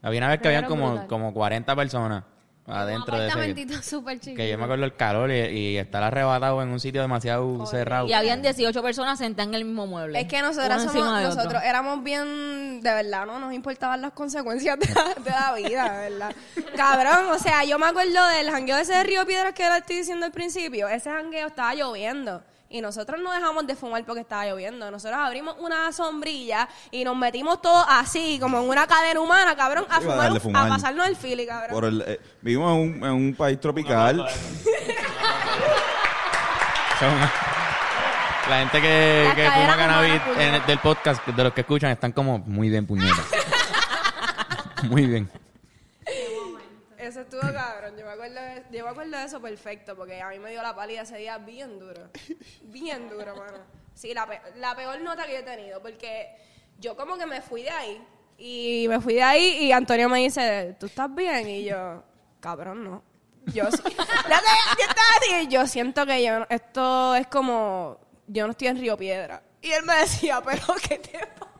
Speaker 2: Había una vez que habían
Speaker 6: Pero
Speaker 2: como,
Speaker 6: brutal.
Speaker 2: como 40 personas adentro de ese.
Speaker 6: apartamentito <laughs> súper chiquito.
Speaker 2: Que yo me acuerdo el calor y, y estar arrebatado en un sitio demasiado cerrado.
Speaker 4: Y habían 18 personas sentadas en el mismo mueble.
Speaker 3: Es que nosotras
Speaker 4: Una
Speaker 3: somos,
Speaker 4: encima de otra.
Speaker 3: nosotros eh. éramos bien, de verdad, no nos importaban las consecuencias de la, de la vida, de verdad. Cabrón, o sea, yo me acuerdo del jangueo ese de Río Piedras que le estoy diciendo al principio. Ese jangueo estaba lloviendo. Y nosotros no dejamos de fumar porque estaba lloviendo. Nosotros abrimos una sombrilla y nos metimos todos así, como en una cadena humana, cabrón,
Speaker 1: Iba a
Speaker 3: a fumar,
Speaker 1: darle
Speaker 3: un-
Speaker 1: fumar.
Speaker 3: a pasarnos el fili, cabrón.
Speaker 1: Por el, eh, vivimos en un, en un país tropical.
Speaker 2: Son- La gente que,
Speaker 3: Las
Speaker 2: que
Speaker 3: caderas
Speaker 2: fuma
Speaker 3: como
Speaker 2: cannabis
Speaker 3: una puñeta.
Speaker 2: en el- del podcast, de los que escuchan, están como muy bien
Speaker 4: <laughs>
Speaker 2: puñetas. muy bien.
Speaker 3: Eso estuvo cabrón, yo me, acuerdo de, yo me acuerdo de eso perfecto, porque a mí me dio la pálida ese día bien duro, bien duro, mano. Sí, la, pe- la peor nota que yo he tenido, porque yo como que me fui de ahí, y me fui de ahí, y Antonio me dice, ¿tú estás bien? Y yo, cabrón, no. Yo sí. <laughs> yo estaba así, y yo siento que yo, no- esto es como, yo no estoy en Río Piedra. Y él me decía, pero ¿qué te pasa?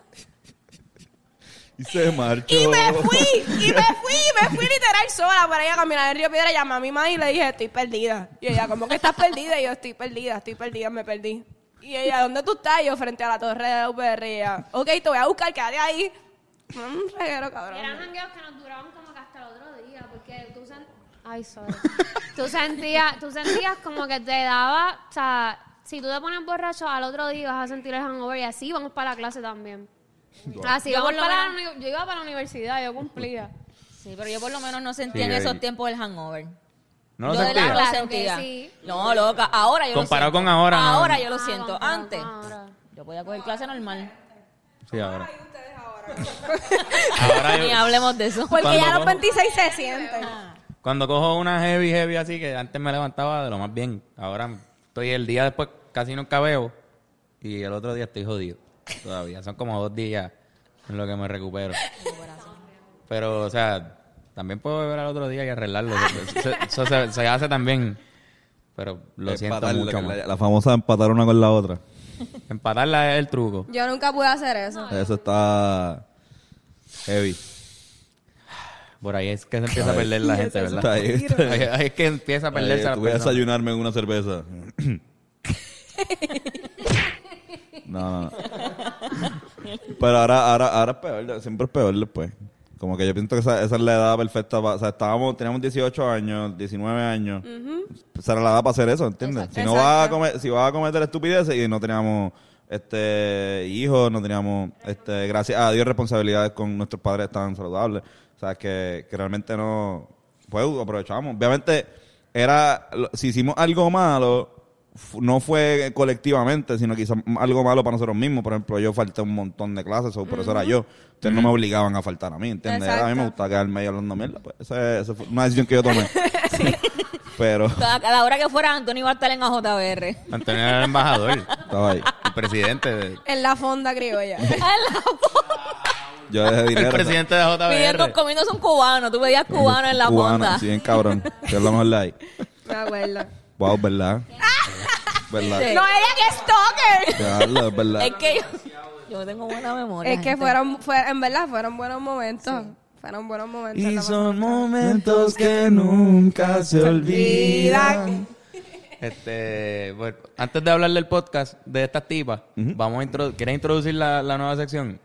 Speaker 1: Y se marchó.
Speaker 3: Y me fui, y me fui, y me fui literal sola para ir a caminar en Río Piedra. Llamé a mi mamá y le dije, estoy perdida. Y ella, ¿cómo que estás perdida? Y yo, estoy perdida, estoy perdida, me perdí. Y ella, ¿dónde tú estás? Y yo, frente a la torre de la UPR. Y ella, ok, te voy a buscar, quédate ahí. Un reguero,
Speaker 6: Eran
Speaker 3: cabrón.
Speaker 6: jangueos que nos duraban como que hasta el otro día, porque tú sen- Ay, sorry.
Speaker 4: <laughs>
Speaker 6: tú sentías, tú sentías como que te daba, o sea, si tú te pones borracho al otro día vas a sentir el hangover y así vamos para la clase también. Así
Speaker 4: Yo
Speaker 6: vamos
Speaker 4: por lo
Speaker 6: para la uni- yo iba para la universidad, yo cumplía.
Speaker 4: Sí, pero yo por lo menos no sentía
Speaker 2: Sí,
Speaker 4: en
Speaker 2: ahí.
Speaker 4: esos tiempos el hangover.
Speaker 2: ¿No lo
Speaker 4: yo de
Speaker 2: sentías?
Speaker 4: verdad
Speaker 6: Claro
Speaker 4: lo
Speaker 6: que
Speaker 4: sentía.
Speaker 6: sí.
Speaker 4: No, loca, ahora yo
Speaker 2: Comparado
Speaker 4: lo siento.
Speaker 2: con ahora, no.
Speaker 4: Ahora yo lo
Speaker 6: Ah,
Speaker 4: siento.
Speaker 6: comparado
Speaker 4: Antes,
Speaker 6: con ahora.
Speaker 4: yo podía coger clase normal.
Speaker 2: Sí, ahora.
Speaker 4: Ni
Speaker 2: Ahora yo-
Speaker 4: hablemos de eso. <laughs>
Speaker 3: Porque ya a
Speaker 2: Cuando
Speaker 3: los 26 se sienten.
Speaker 2: cuando cojo una heavy, heavy así, que antes me levantaba de lo más bien. Ahora estoy el día después, casi nunca bebo. Y el otro día estoy jodido. Todavía son como dos días en lo que me recupero. Pero, o sea, también puedo beber al otro día y arreglarlo. Eso, eso se, se hace también. Pero lo siento
Speaker 1: Empatar,
Speaker 2: mucho
Speaker 1: que
Speaker 2: más.
Speaker 1: la, la famosa empatar una con la otra.
Speaker 2: Empatarla es el truco.
Speaker 3: Yo nunca pude hacer eso.
Speaker 1: Eso está heavy.
Speaker 2: Por ahí es que se empieza a perder la gente,
Speaker 1: Está
Speaker 2: ¿verdad?
Speaker 1: ahí. está ahí.
Speaker 2: Ahí ahí es que empieza a perderse
Speaker 1: Oye,
Speaker 2: la
Speaker 1: tú voy a
Speaker 2: persona.
Speaker 1: desayunarme en una cerveza. no, no. Pero ahora, ahora, ahora es peor, siempre es peor después. Como que yo pienso que esa, esa es la edad perfecta. pa- o sea, estábamos, teníamos 18 años, 19 años. Esa era la edad para hacer eso, ¿entiendes? Si no vas a
Speaker 3: Exacto.
Speaker 1: comer- si vas a cometer estupideces y no teníamos este hijos, no teníamos, este, gracias a Dios, responsabilidades con nuestros padres tan saludables. O sea, que, que realmente no, pues aprovechamos. Obviamente, era, lo- si hicimos algo malo, fu- no fue colectivamente, sino quizás algo malo para nosotros mismos. Por ejemplo, yo falté un montón de clases, so, por eso era yo. Ustedes no me obligaban a faltar a mí, ¿entiendes? A mí me
Speaker 3: Exacto.
Speaker 1: gustaba quedarme ahí hablando mierda. Pues, esa, esa fue una decisión que yo
Speaker 3: <laughs>
Speaker 1: tomé. <laughs> Pero
Speaker 4: A a la hora que fuera, Antonio iba a estar
Speaker 2: <laughs>
Speaker 4: en AJBR.
Speaker 2: Antonio era el embajador,
Speaker 1: estaba ahí.
Speaker 2: el presidente. de-
Speaker 3: En la fonda criolla.
Speaker 1: Yo dejé dinero.
Speaker 2: El presidente de
Speaker 4: Pidiendo,
Speaker 2: JBR.
Speaker 4: comiéndose un cubano. Tú pedías cubano en la
Speaker 1: Cubana,
Speaker 4: fonda.
Speaker 1: sí, bien cabrón. Que es lo mejor de ahí.
Speaker 3: Me acuerdo.
Speaker 1: Wow, ¿verdad? ¿Verdad?
Speaker 3: <laughs>
Speaker 4: Sí.
Speaker 3: No, ella que stalker.
Speaker 1: Diablo, es verdad.
Speaker 4: Es que yo, yo no tengo buena memoria.
Speaker 3: Es que
Speaker 4: gente.
Speaker 3: fueron, fue- en verdad, fueron buenos momentos. Fueron buenos momentos. la
Speaker 1: momentos que nunca se
Speaker 3: olvidan.
Speaker 2: Este, bueno, antes de hablar del podcast de estas tipas, vamos a introdu- ¿quieres introducir la, la nueva sección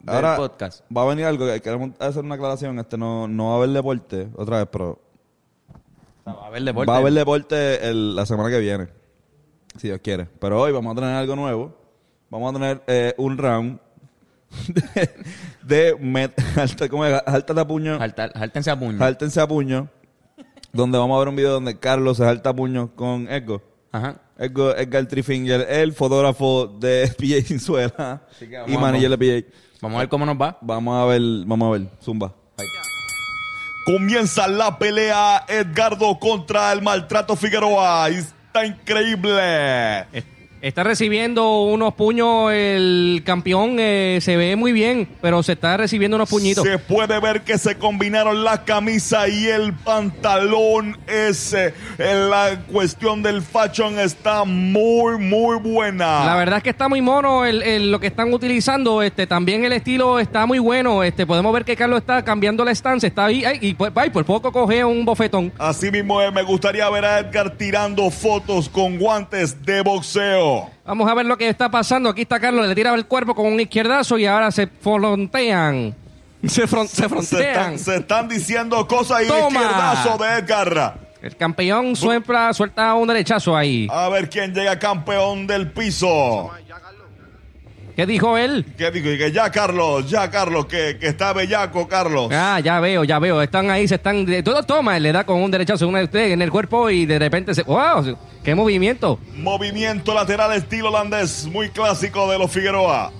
Speaker 2: del
Speaker 1: Ahora
Speaker 2: podcast?
Speaker 1: va a venir algo que queremos hacer una aclaración. Este no, no va a haber deporte otra vez, pero
Speaker 2: O sea, va a haber deporte.
Speaker 1: va a haber deporte el- la semana que viene, si Dios quiere. Pero hoy vamos a tener algo nuevo. Vamos a tener eh, un round <laughs> de, de met- <laughs> alta, ¿cómo es? Jáltate a puño.
Speaker 2: Jaltar- jáltense a
Speaker 7: Mm.
Speaker 2: puño.
Speaker 1: Jáltense a puño. Donde vamos a ver un video donde Carlos se jalta a puño con Edgo.
Speaker 2: Ajá.
Speaker 1: Edgar, Edgar Trifinger, el fotógrafo de <laughs> PJ Sinzuela
Speaker 2: Así que vamos,
Speaker 1: y manager de PJ.
Speaker 2: Vamos a ver cómo nos
Speaker 1: <laughs>
Speaker 2: va.
Speaker 1: Vamos a ver, vamos a ver, Zumba.
Speaker 7: Comienza la pelea Edgardo contra el maltrato Figueroa. Está increíble.
Speaker 8: Está recibiendo unos puños el campeón, eh, se ve muy bien, pero se está recibiendo unos puñitos.
Speaker 7: Se puede ver que se combinaron la camisa y el pantalón ese. En la cuestión del fashion está muy, muy buena.
Speaker 8: La verdad es que está muy mono el, el- lo que están utilizando. Este, también el estilo está muy bueno. Este, podemos ver que Carlos está cambiando la estancia, está ahí, ay, y por, ay, por poco coge un bofetón.
Speaker 7: Así mismo, es, me gustaría ver a Edgar tirando fotos con guantes de boxeo.
Speaker 8: Vamos a ver lo que está pasando. Aquí está Carlos, le tira el cuerpo con un izquierdazo y ahora se frontean. Se, fron- se
Speaker 7: Se
Speaker 8: frontean.
Speaker 7: están, se están diciendo cosas y
Speaker 8: Toma.
Speaker 7: izquierdazo de Edgar.
Speaker 8: El campeón suelta, suelta un derechazo ahí.
Speaker 7: A ver quién llega campeón del piso.
Speaker 8: ¿Qué dijo él?
Speaker 7: ¿Qué digo? Y que ya, Carlos, ya, Carlos, que, que está bellaco, Carlos.
Speaker 8: Ah, ya veo, ya veo. Están ahí, se están. de- Todo toma, le da con un derechazo una de ustedes en el cuerpo y de repente se. ¡Wow! ¡Qué movimiento!
Speaker 7: Movimiento lateral estilo holandés, muy clásico de los Figueroa.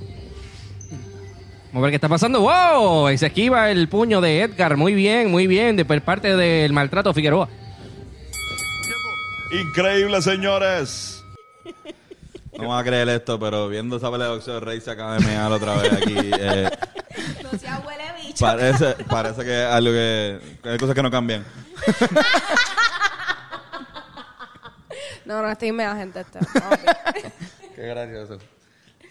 Speaker 8: Vamos a ver qué está pasando. ¡Wow! Y se esquiva el puño de Edgar. Muy bien, muy bien. De por parte del maltrato Figueroa.
Speaker 7: Increíble, señores.
Speaker 1: No van a creer esto, pero viendo esa pelea de boxeo, Rey se acaba de mear otra vez
Speaker 7: <laughs>
Speaker 1: aquí. eh,
Speaker 3: próxima. No sea huele bicho.
Speaker 1: parece, parece que es algo que... que Hay cosas que no cambian.
Speaker 3: No, no estoy mea, gente. <laughs> Esto. Ok.
Speaker 2: Qué gracioso.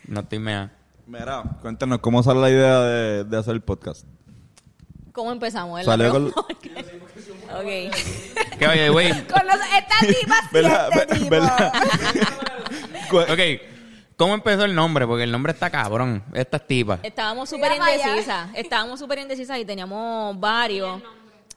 Speaker 2: No estoy mea.
Speaker 1: Mira, cuéntanos, ¿cómo sale la idea de, de hacer el podcast?
Speaker 4: ¿Cómo empezamos? ¿Es
Speaker 1: Salió
Speaker 4: la
Speaker 1: con-
Speaker 4: broma? <laughs> Ok.
Speaker 2: Que oye, güey.
Speaker 3: Con los, esta tipa sí,
Speaker 1: ¿Verdad?
Speaker 3: este tipo.
Speaker 1: ¿Verdad? Cu-
Speaker 2: Ok. ¿Cómo empezó el nombre? Porque el nombre está cabrón. Estas tipas. Ah,
Speaker 4: Estábamos súper
Speaker 3: Mira para allá. <laughs>
Speaker 4: indecisas. Estábamos súper indecisas y teníamos varios.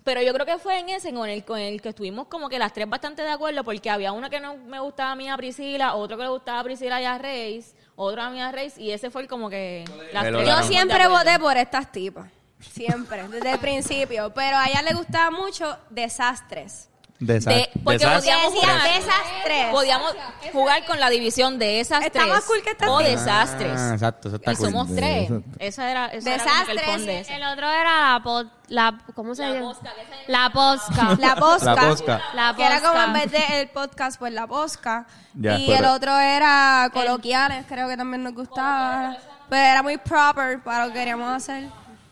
Speaker 4: Pero yo creo que fue en ese con el, con el que estuvimos como que las tres bastante de acuerdo porque había uno que no me gustaba a mí a Priscila, otro que le gustaba a Priscila y a Reis, otro a mí a Reis y ese fue el como que... las
Speaker 2: Me lo ganaron.
Speaker 3: Yo
Speaker 4: tres estábamos de
Speaker 3: siempre
Speaker 4: acuerdo.
Speaker 3: voté por estas tipas. Siempre, desde el principio. Pero a ella le gustaba mucho desastres.
Speaker 2: Desa-
Speaker 4: De- porque
Speaker 2: desastre.
Speaker 4: podíamos
Speaker 3: Decía
Speaker 4: jugar,
Speaker 3: desastres.
Speaker 4: podíamos jugar con la división de esas
Speaker 3: Está
Speaker 4: tres
Speaker 3: más cool que estas
Speaker 4: o
Speaker 3: tres.
Speaker 4: desastres.
Speaker 2: Ah, exacto, eso está
Speaker 4: y
Speaker 2: cool.
Speaker 4: somos tres. Esa era, eso era como que el
Speaker 3: Desastres.
Speaker 4: con de ese.
Speaker 6: El otro era la po- la ¿cómo se llama?
Speaker 4: posca, que esa
Speaker 6: La posca.
Speaker 3: La posca.
Speaker 2: La posca.
Speaker 6: La
Speaker 3: Que era como
Speaker 6: posca.
Speaker 3: en vez de el podcast, pues la posca.
Speaker 1: Ya,
Speaker 3: y
Speaker 1: pero-
Speaker 3: el otro era coloquiales, creo que también nos gustaba. Pero era muy proper para lo que queríamos hacer.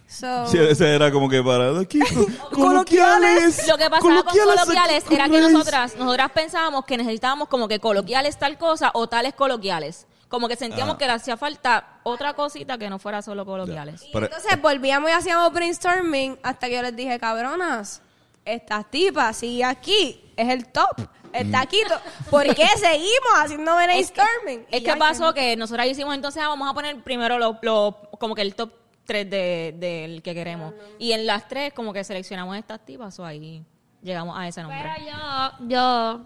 Speaker 3: So,
Speaker 1: Sí, ese era como que para... Aquí,
Speaker 4: <laughs>
Speaker 1: coloquiales.
Speaker 4: Lo que pasaba con coloquiales
Speaker 1: aquí,
Speaker 4: era que
Speaker 1: coloquiales.
Speaker 4: nosotras, nosotras pensábamos que necesitábamos como que coloquiales tal cosa o tales coloquiales. como que sentíamos
Speaker 1: Ah.
Speaker 4: que le hacía falta otra cosita que no fuera solo coloquiales.
Speaker 1: Ya.
Speaker 3: Y
Speaker 1: Pero- eh,
Speaker 3: entonces volvíamos y hacíamos brainstorming hasta que yo les dije, cabronas, estas tipas, si aquí es el top,
Speaker 1: Mm.
Speaker 3: está aquí, to- ¿por
Speaker 1: <laughs>
Speaker 3: qué seguimos haciendo
Speaker 4: Es que-
Speaker 3: brainstorming?
Speaker 4: Es que pasó que nosotras hicimos entonces, ah, vamos a poner primero los, los- como que el top 3 del que queremos. Y en las tres como que seleccionamos estas tipas o ahí llegamos a ese nombre.
Speaker 6: Pero yo, yo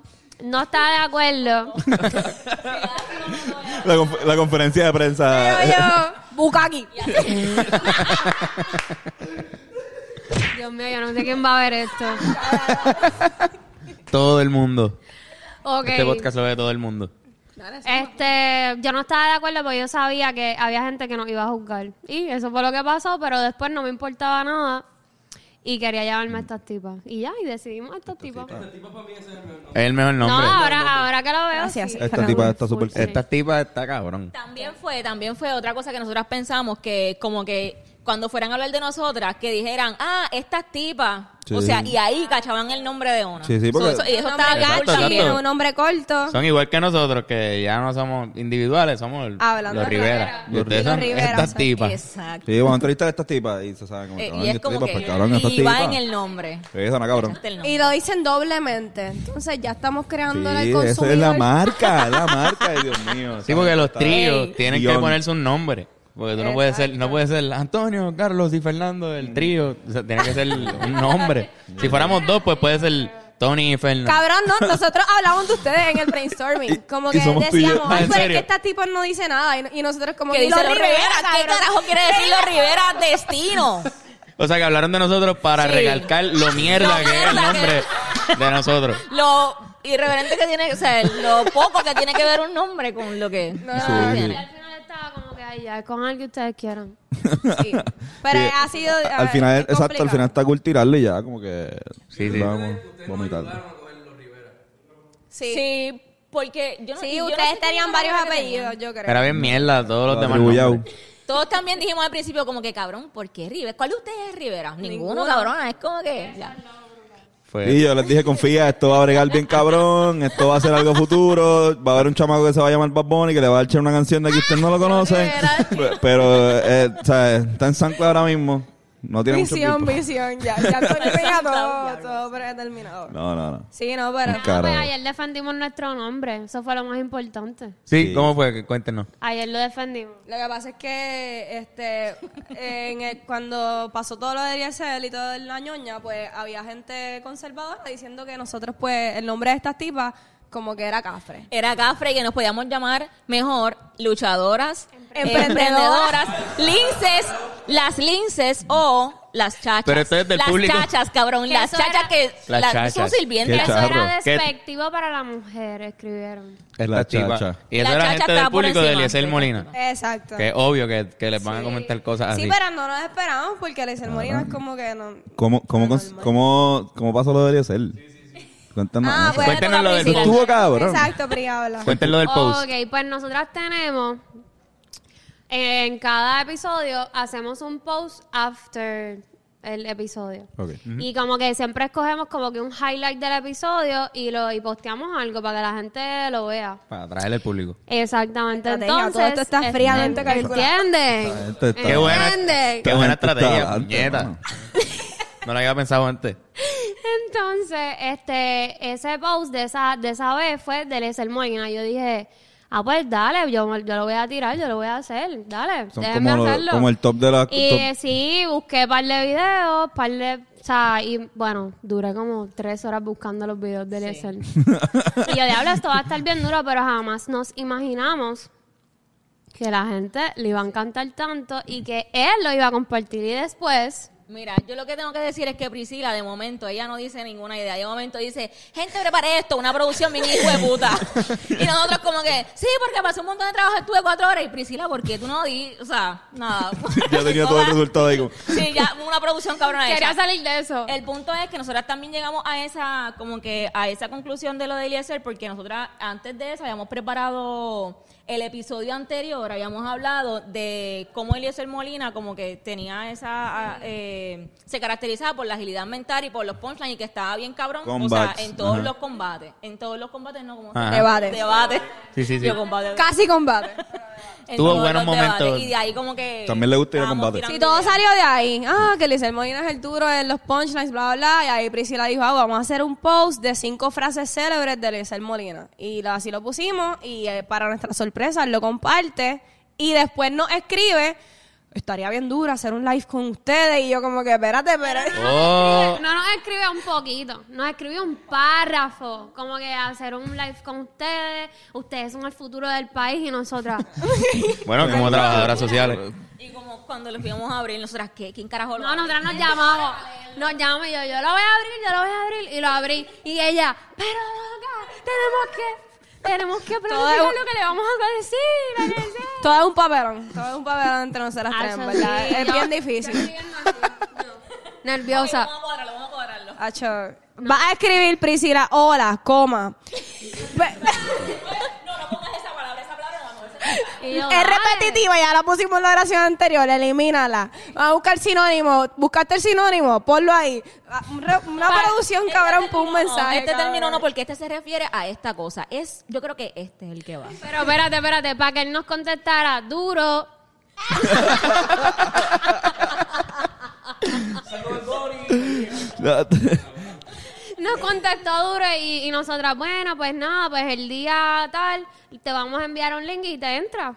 Speaker 6: no estaba de
Speaker 4: <laughs>
Speaker 6: acuerdo.
Speaker 1: La, conf- la conferencia de prensa.
Speaker 3: Yo, yo, Bukaki.
Speaker 6: Dios mío, yo no sé quién va a ver esto.
Speaker 2: Todo el mundo.
Speaker 6: Ok.
Speaker 2: Este podcast lo ve todo el mundo.
Speaker 6: Este, yo no estaba de acuerdo porque yo sabía que había gente que nos iba a juzgar. Y eso fue lo que pasó, pero después no me importaba nada. Y quería llevarme a estas tipas. Y ya, y decidimos a estas tipas.
Speaker 2: Es el mejor
Speaker 6: No,
Speaker 2: nombre.
Speaker 6: ahora, ahora que lo veo.
Speaker 3: Gracias.
Speaker 6: sí.
Speaker 1: Esta tipa está súper.
Speaker 2: Esta tipa está cabrón.
Speaker 4: También fue, también fue otra cosa que nosotras pensamos que como que cuando fueran a hablar de nosotras, que dijeran, ah, estas tipas. O
Speaker 1: Sí.
Speaker 4: sea, y ahí cachaban el nombre de una.
Speaker 1: Sí, sí, porque-
Speaker 4: So, eso- y eso
Speaker 3: Un
Speaker 4: estaba
Speaker 2: Exacto,
Speaker 3: hombre
Speaker 4: gacho.
Speaker 3: corto,
Speaker 2: exacto.
Speaker 3: tiene un hombre corto.
Speaker 2: Son igual que nosotros, que ya no somos individuales, somos el-
Speaker 3: Hablando
Speaker 2: los
Speaker 3: de
Speaker 2: Rivera.
Speaker 3: Rivera.
Speaker 2: Y ustedes
Speaker 3: Los
Speaker 2: son
Speaker 3: Rivera,
Speaker 2: estas
Speaker 3: son-
Speaker 2: tipas.
Speaker 4: Exacto.
Speaker 1: Sí, vamos a entrevistar a estas tipas y se sabe cómo
Speaker 4: Eh,
Speaker 1: trabajan
Speaker 4: y es
Speaker 1: estas
Speaker 4: como
Speaker 1: tipas,
Speaker 4: que
Speaker 1: pues, cabrón, estas
Speaker 4: y va
Speaker 1: tipas.
Speaker 4: en el nombre.
Speaker 1: Sí, son a cabrón.
Speaker 4: Este es el nombre.
Speaker 3: Y lo dicen doblemente. Entonces ya estamos
Speaker 1: Sí,
Speaker 3: creando el consumidor.
Speaker 1: esa es la marca, es la
Speaker 3: <laughs>
Speaker 1: marca, ay, Dios mío.
Speaker 2: Sí, porque los
Speaker 1: Está-
Speaker 2: tríos
Speaker 4: Ey.
Speaker 2: tienen que
Speaker 1: Guión.
Speaker 2: ponerse un nombre. Porque tú no puedes ser, no puedes ser Antonio, Carlos y Fernando del trío. O sea, tiene que ser un nombre. Si fuéramos dos, pues puede ser Tony y Fernando.
Speaker 3: Cabrón, no,
Speaker 1: <laughs>
Speaker 3: nosotros hablábamos de ustedes en el brainstorming. Como
Speaker 1: y
Speaker 3: que
Speaker 1: somos tú y yo.
Speaker 3: decíamos,
Speaker 2: Ah,
Speaker 3: ay,
Speaker 2: ¿en
Speaker 3: pero es
Speaker 2: serio?
Speaker 3: que este tipo no dice nada. Y, y nosotros como,
Speaker 4: Que
Speaker 3: "Y
Speaker 4: dice los Rivera. ¿Qué
Speaker 3: cabrón".
Speaker 4: carajo quiere decir los Rivera? Destino.
Speaker 2: O sea, que hablaron de nosotros para
Speaker 4: Sí.
Speaker 2: recalcar lo mierda
Speaker 4: Lo
Speaker 2: que es el
Speaker 4: mierda
Speaker 2: nombre de nosotros.
Speaker 4: Lo irreverente que tiene, o sea, lo poco que tiene que ver un nombre con lo que
Speaker 1: Sí, sí.
Speaker 6: Y al final estaba como que, ay, ya, con alguien que ustedes quieran.
Speaker 3: Sí. Pero
Speaker 1: Sí,
Speaker 3: ha sido.
Speaker 1: a- Al final,
Speaker 3: es
Speaker 1: exacto, al
Speaker 3: complicado.
Speaker 1: final está cool tirarle y ya, como que.
Speaker 2: Sí, sí.
Speaker 1: Vamos, vomitando.
Speaker 3: Sí.
Speaker 4: Sí, porque yo no
Speaker 3: Sí,
Speaker 4: y yo no
Speaker 3: ustedes
Speaker 4: sé cómo
Speaker 3: tenían
Speaker 4: era
Speaker 3: varios
Speaker 4: que tenían.
Speaker 3: apellidos, yo creo.
Speaker 2: Era bien mierda todos los demás.
Speaker 1: Atribuyado.
Speaker 2: nombres.
Speaker 4: Todos también dijimos al principio como que cabrón, ¿por qué Rivera? ¿Cuál de ustedes es Rivera? Ninguno,
Speaker 3: Ninguno.
Speaker 4: cabrona, es como que ya.
Speaker 2: Fue-
Speaker 1: Y yo les dije, confía, esto va a bregar bien cabrón, esto va a ser algo futuro, va a haber un chamaco que se va a llamar Bad Bunny, que le va a echar una canción de que ustedes
Speaker 3: Ah,
Speaker 1: no lo conocen, Pe- pero eh, o sea, está en San Claro ahora mismo, no tiene mucho
Speaker 3: Visión,
Speaker 1: tiempo.
Speaker 3: visión, ya.
Speaker 2: <laughs>
Speaker 3: Ya todo
Speaker 4: Claro,
Speaker 3: todo,
Speaker 4: claro.
Speaker 3: todo predeterminado.
Speaker 1: No, no, no.
Speaker 3: Sí, no, pero.
Speaker 1: Un
Speaker 6: No,
Speaker 1: Claro.
Speaker 6: pues ayer defendimos nuestro nombre. Eso fue lo más importante.
Speaker 2: Sí,
Speaker 1: Sí.
Speaker 2: ¿cómo fue? Que Cuéntenos.
Speaker 6: Ayer lo defendimos.
Speaker 3: Lo que pasa es que este, en el- cuando pasó todo lo de Riesel y todo de la ñoña, pues había gente conservadora diciendo que nosotros, pues, el nombre de estas tipas, como que era cafre.
Speaker 4: Era Cafre que nos podíamos llamar mejor luchadoras, emprendedoras,
Speaker 3: Emprendedoras.
Speaker 4: linces, las linces o las chachas.
Speaker 2: Pero esto es del
Speaker 4: las
Speaker 2: público.
Speaker 4: chachas, cabrón,
Speaker 6: Que
Speaker 4: las
Speaker 6: eso era-
Speaker 4: chachas que
Speaker 2: Las
Speaker 4: las
Speaker 2: chachas.
Speaker 4: son sirvientes.
Speaker 1: Qué
Speaker 6: Eso
Speaker 1: charro.
Speaker 6: era
Speaker 2: ¿Qué-
Speaker 6: despectivo para la mujer, escribieron.
Speaker 1: La
Speaker 2: Esta chiva.
Speaker 1: chacha.
Speaker 2: Y eso
Speaker 4: La
Speaker 2: era
Speaker 4: chacha
Speaker 2: gente del
Speaker 4: estaba por
Speaker 2: público de
Speaker 4: encima.
Speaker 2: Eliezer Molina.
Speaker 3: Exacto.
Speaker 2: Que es obvio que, que les van a comentar cosas así.
Speaker 3: Sí, pero no nos esperamos porque el Molina es como que no.
Speaker 1: ¿Cómo, cómo,
Speaker 3: no
Speaker 1: cons-
Speaker 3: normal.
Speaker 1: cómo, cómo pasó lo de
Speaker 3: <laughs>
Speaker 1: Ariel? Cuéntanos.
Speaker 3: Ah, pues
Speaker 2: Cuéntenos
Speaker 3: toca
Speaker 2: lo del-
Speaker 3: Priscila.
Speaker 1: Estuvo cabrón.
Speaker 3: Exacto, Pri, habla.
Speaker 2: Cuéntenlo del post.
Speaker 6: Ok, pues nosotras tenemos. En cada episodio hacemos un post after el episodio.
Speaker 1: Ok.
Speaker 6: Y como que siempre escogemos como que un highlight del episodio y lo y posteamos algo para que la gente lo vea.
Speaker 2: Para atraerle al público.
Speaker 6: Exactamente.
Speaker 3: Estrategia,
Speaker 6: Entonces,
Speaker 3: todo esto está fríamente calculado.
Speaker 1: Esta
Speaker 6: ¿Entienden?
Speaker 1: gente está-
Speaker 2: Qué buena,
Speaker 3: Entiende.
Speaker 2: qué buena
Speaker 1: Esta gente
Speaker 2: estrategia,
Speaker 1: está adelante,
Speaker 2: puñeta.
Speaker 1: mano.
Speaker 2: No lo había pensado antes.
Speaker 6: Entonces, este, ese post de esa, de esa vez fue de Eliezer Molina. Yo dije, ah, pues dale, yo, yo lo voy a tirar, yo lo voy a hacer, dale,
Speaker 1: Son
Speaker 6: déjenme
Speaker 1: como, lo-
Speaker 6: hacerlo.
Speaker 1: como el top de la...
Speaker 6: Y
Speaker 1: top-
Speaker 6: eh, sí, busqué par de videos, par de... O sea, y bueno, duré como tres horas buscando los videos
Speaker 1: <laughs>
Speaker 6: de Eliezer. y yo, diablo, esto va a estar bien duro, pero jamás nos imaginamos que la gente le iba a encantar tanto y que él lo iba a compartir y después...
Speaker 4: Mira, yo lo que tengo que decir es que Priscila, de momento, ella no dice ninguna idea. De momento dice, gente, prepare esto, una producción bien hijo de puta. y nosotros como que, sí, porque pasé un montón de trabajo, estuve cuatro horas. Y Priscila, ¿por qué tú no di? O sea,
Speaker 1: <laughs>
Speaker 4: nada.
Speaker 1: Yo
Speaker 4: <laughs>
Speaker 1: tenía todo el resultado ahí como...
Speaker 4: Sí, ya, una producción cabrona
Speaker 6: Quería
Speaker 4: hecha.
Speaker 6: salir de eso.
Speaker 4: El punto es que nosotras también llegamos a esa, como que a esa conclusión de lo de Eliezer, porque nosotras antes de eso habíamos preparado el episodio anterior habíamos hablado de cómo Eliezer Molina como que tenía esa... ah, eh, se caracterizaba por la agilidad mental y por los punchlines y que estaba bien cabrón. O
Speaker 1: Comebacks,
Speaker 4: sea, en todos
Speaker 1: ajá.
Speaker 4: los combates. En todos los combates, no como...
Speaker 2: Ajá.
Speaker 3: Debate.
Speaker 4: Debate.
Speaker 2: Sí, sí, sí.
Speaker 4: Yo combate.
Speaker 3: Casi combate.
Speaker 4: En
Speaker 2: Tuvo
Speaker 4: todos
Speaker 2: buenos
Speaker 4: los debates.
Speaker 2: momentos.
Speaker 4: Y de ahí como que...
Speaker 1: También le gusta ir a
Speaker 4: estábamos
Speaker 1: combate.
Speaker 4: tirando
Speaker 3: Si todo
Speaker 4: ideas.
Speaker 3: salió de ahí. Ah, que Lizel Molina es el duro en los punchlines, bla, bla, bla. Y ahí Priscila dijo, ah, vamos a hacer un post de cinco frases célebres de Lizel Molina. Y lo- así lo pusimos. Y eh, para nuestra sorpresa, él lo comparte. Y después nos escribe, estaría bien duro hacer un live con ustedes. Y yo como que, espérate, espérate.
Speaker 2: Oh,
Speaker 6: No nos escribe un poquito, nos escribe un párrafo, como que hacer un live con ustedes, ustedes son el futuro del país
Speaker 3: <laughs>
Speaker 6: y nosotras.
Speaker 2: bueno, como trabajadoras sociales.
Speaker 4: Y como cuando los íbamos a abrir, nosotras, ¿qué? ¿Quién carajo lo
Speaker 6: No,
Speaker 4: abre?
Speaker 6: nosotras nos llamamos, nos llamamos y yo, yo lo voy a abrir, yo lo voy a abrir y lo abrí. Y ella, pero loca, tenemos que, tenemos que planificar
Speaker 3: Todo es-
Speaker 6: lo que le vamos a decir.
Speaker 3: <laughs>
Speaker 6: a Giselle".
Speaker 3: Todo es un papelón. Todo es un papelón entre nosotras
Speaker 6: Ah,
Speaker 3: tres,
Speaker 6: eso
Speaker 3: en ¿verdad?
Speaker 6: sí,
Speaker 3: Es
Speaker 6: <laughs> yo-
Speaker 3: bien
Speaker 6: yo
Speaker 3: difícil.
Speaker 6: estoy bien
Speaker 3: <laughs>
Speaker 6: nerviosa.
Speaker 4: Vamos
Speaker 6: Nerviosa.
Speaker 4: a cuadrarlo, vamos a cuadrarlo.
Speaker 3: Acho, Va a escribir Priscila, hola,
Speaker 6: <laughs>
Speaker 3: coma. Pe-
Speaker 4: No, no pongas esa palabra, esa palabra no vamos a hacer.
Speaker 6: Y yo,
Speaker 3: Es
Speaker 6: "Dale".
Speaker 3: repetitiva, ya la pusimos en la oración anterior, elimínala. Vamos a buscar el sinónimo, buscaste el sinónimo, ponlo ahí. Ah, un re- Una producción,
Speaker 4: Este
Speaker 3: cabrón,
Speaker 4: término
Speaker 3: por un
Speaker 4: no,
Speaker 3: mensaje.
Speaker 4: Este término
Speaker 3: cabrón.
Speaker 4: no, porque este se refiere a esta cosa. Es, yo creo que este es el que va.
Speaker 6: Pero espérate, espérate, para que él nos contestara duro. Nos contestó duro y, y nosotras, bueno, pues nada, pues el día tal, te vamos a enviar un link y te entra.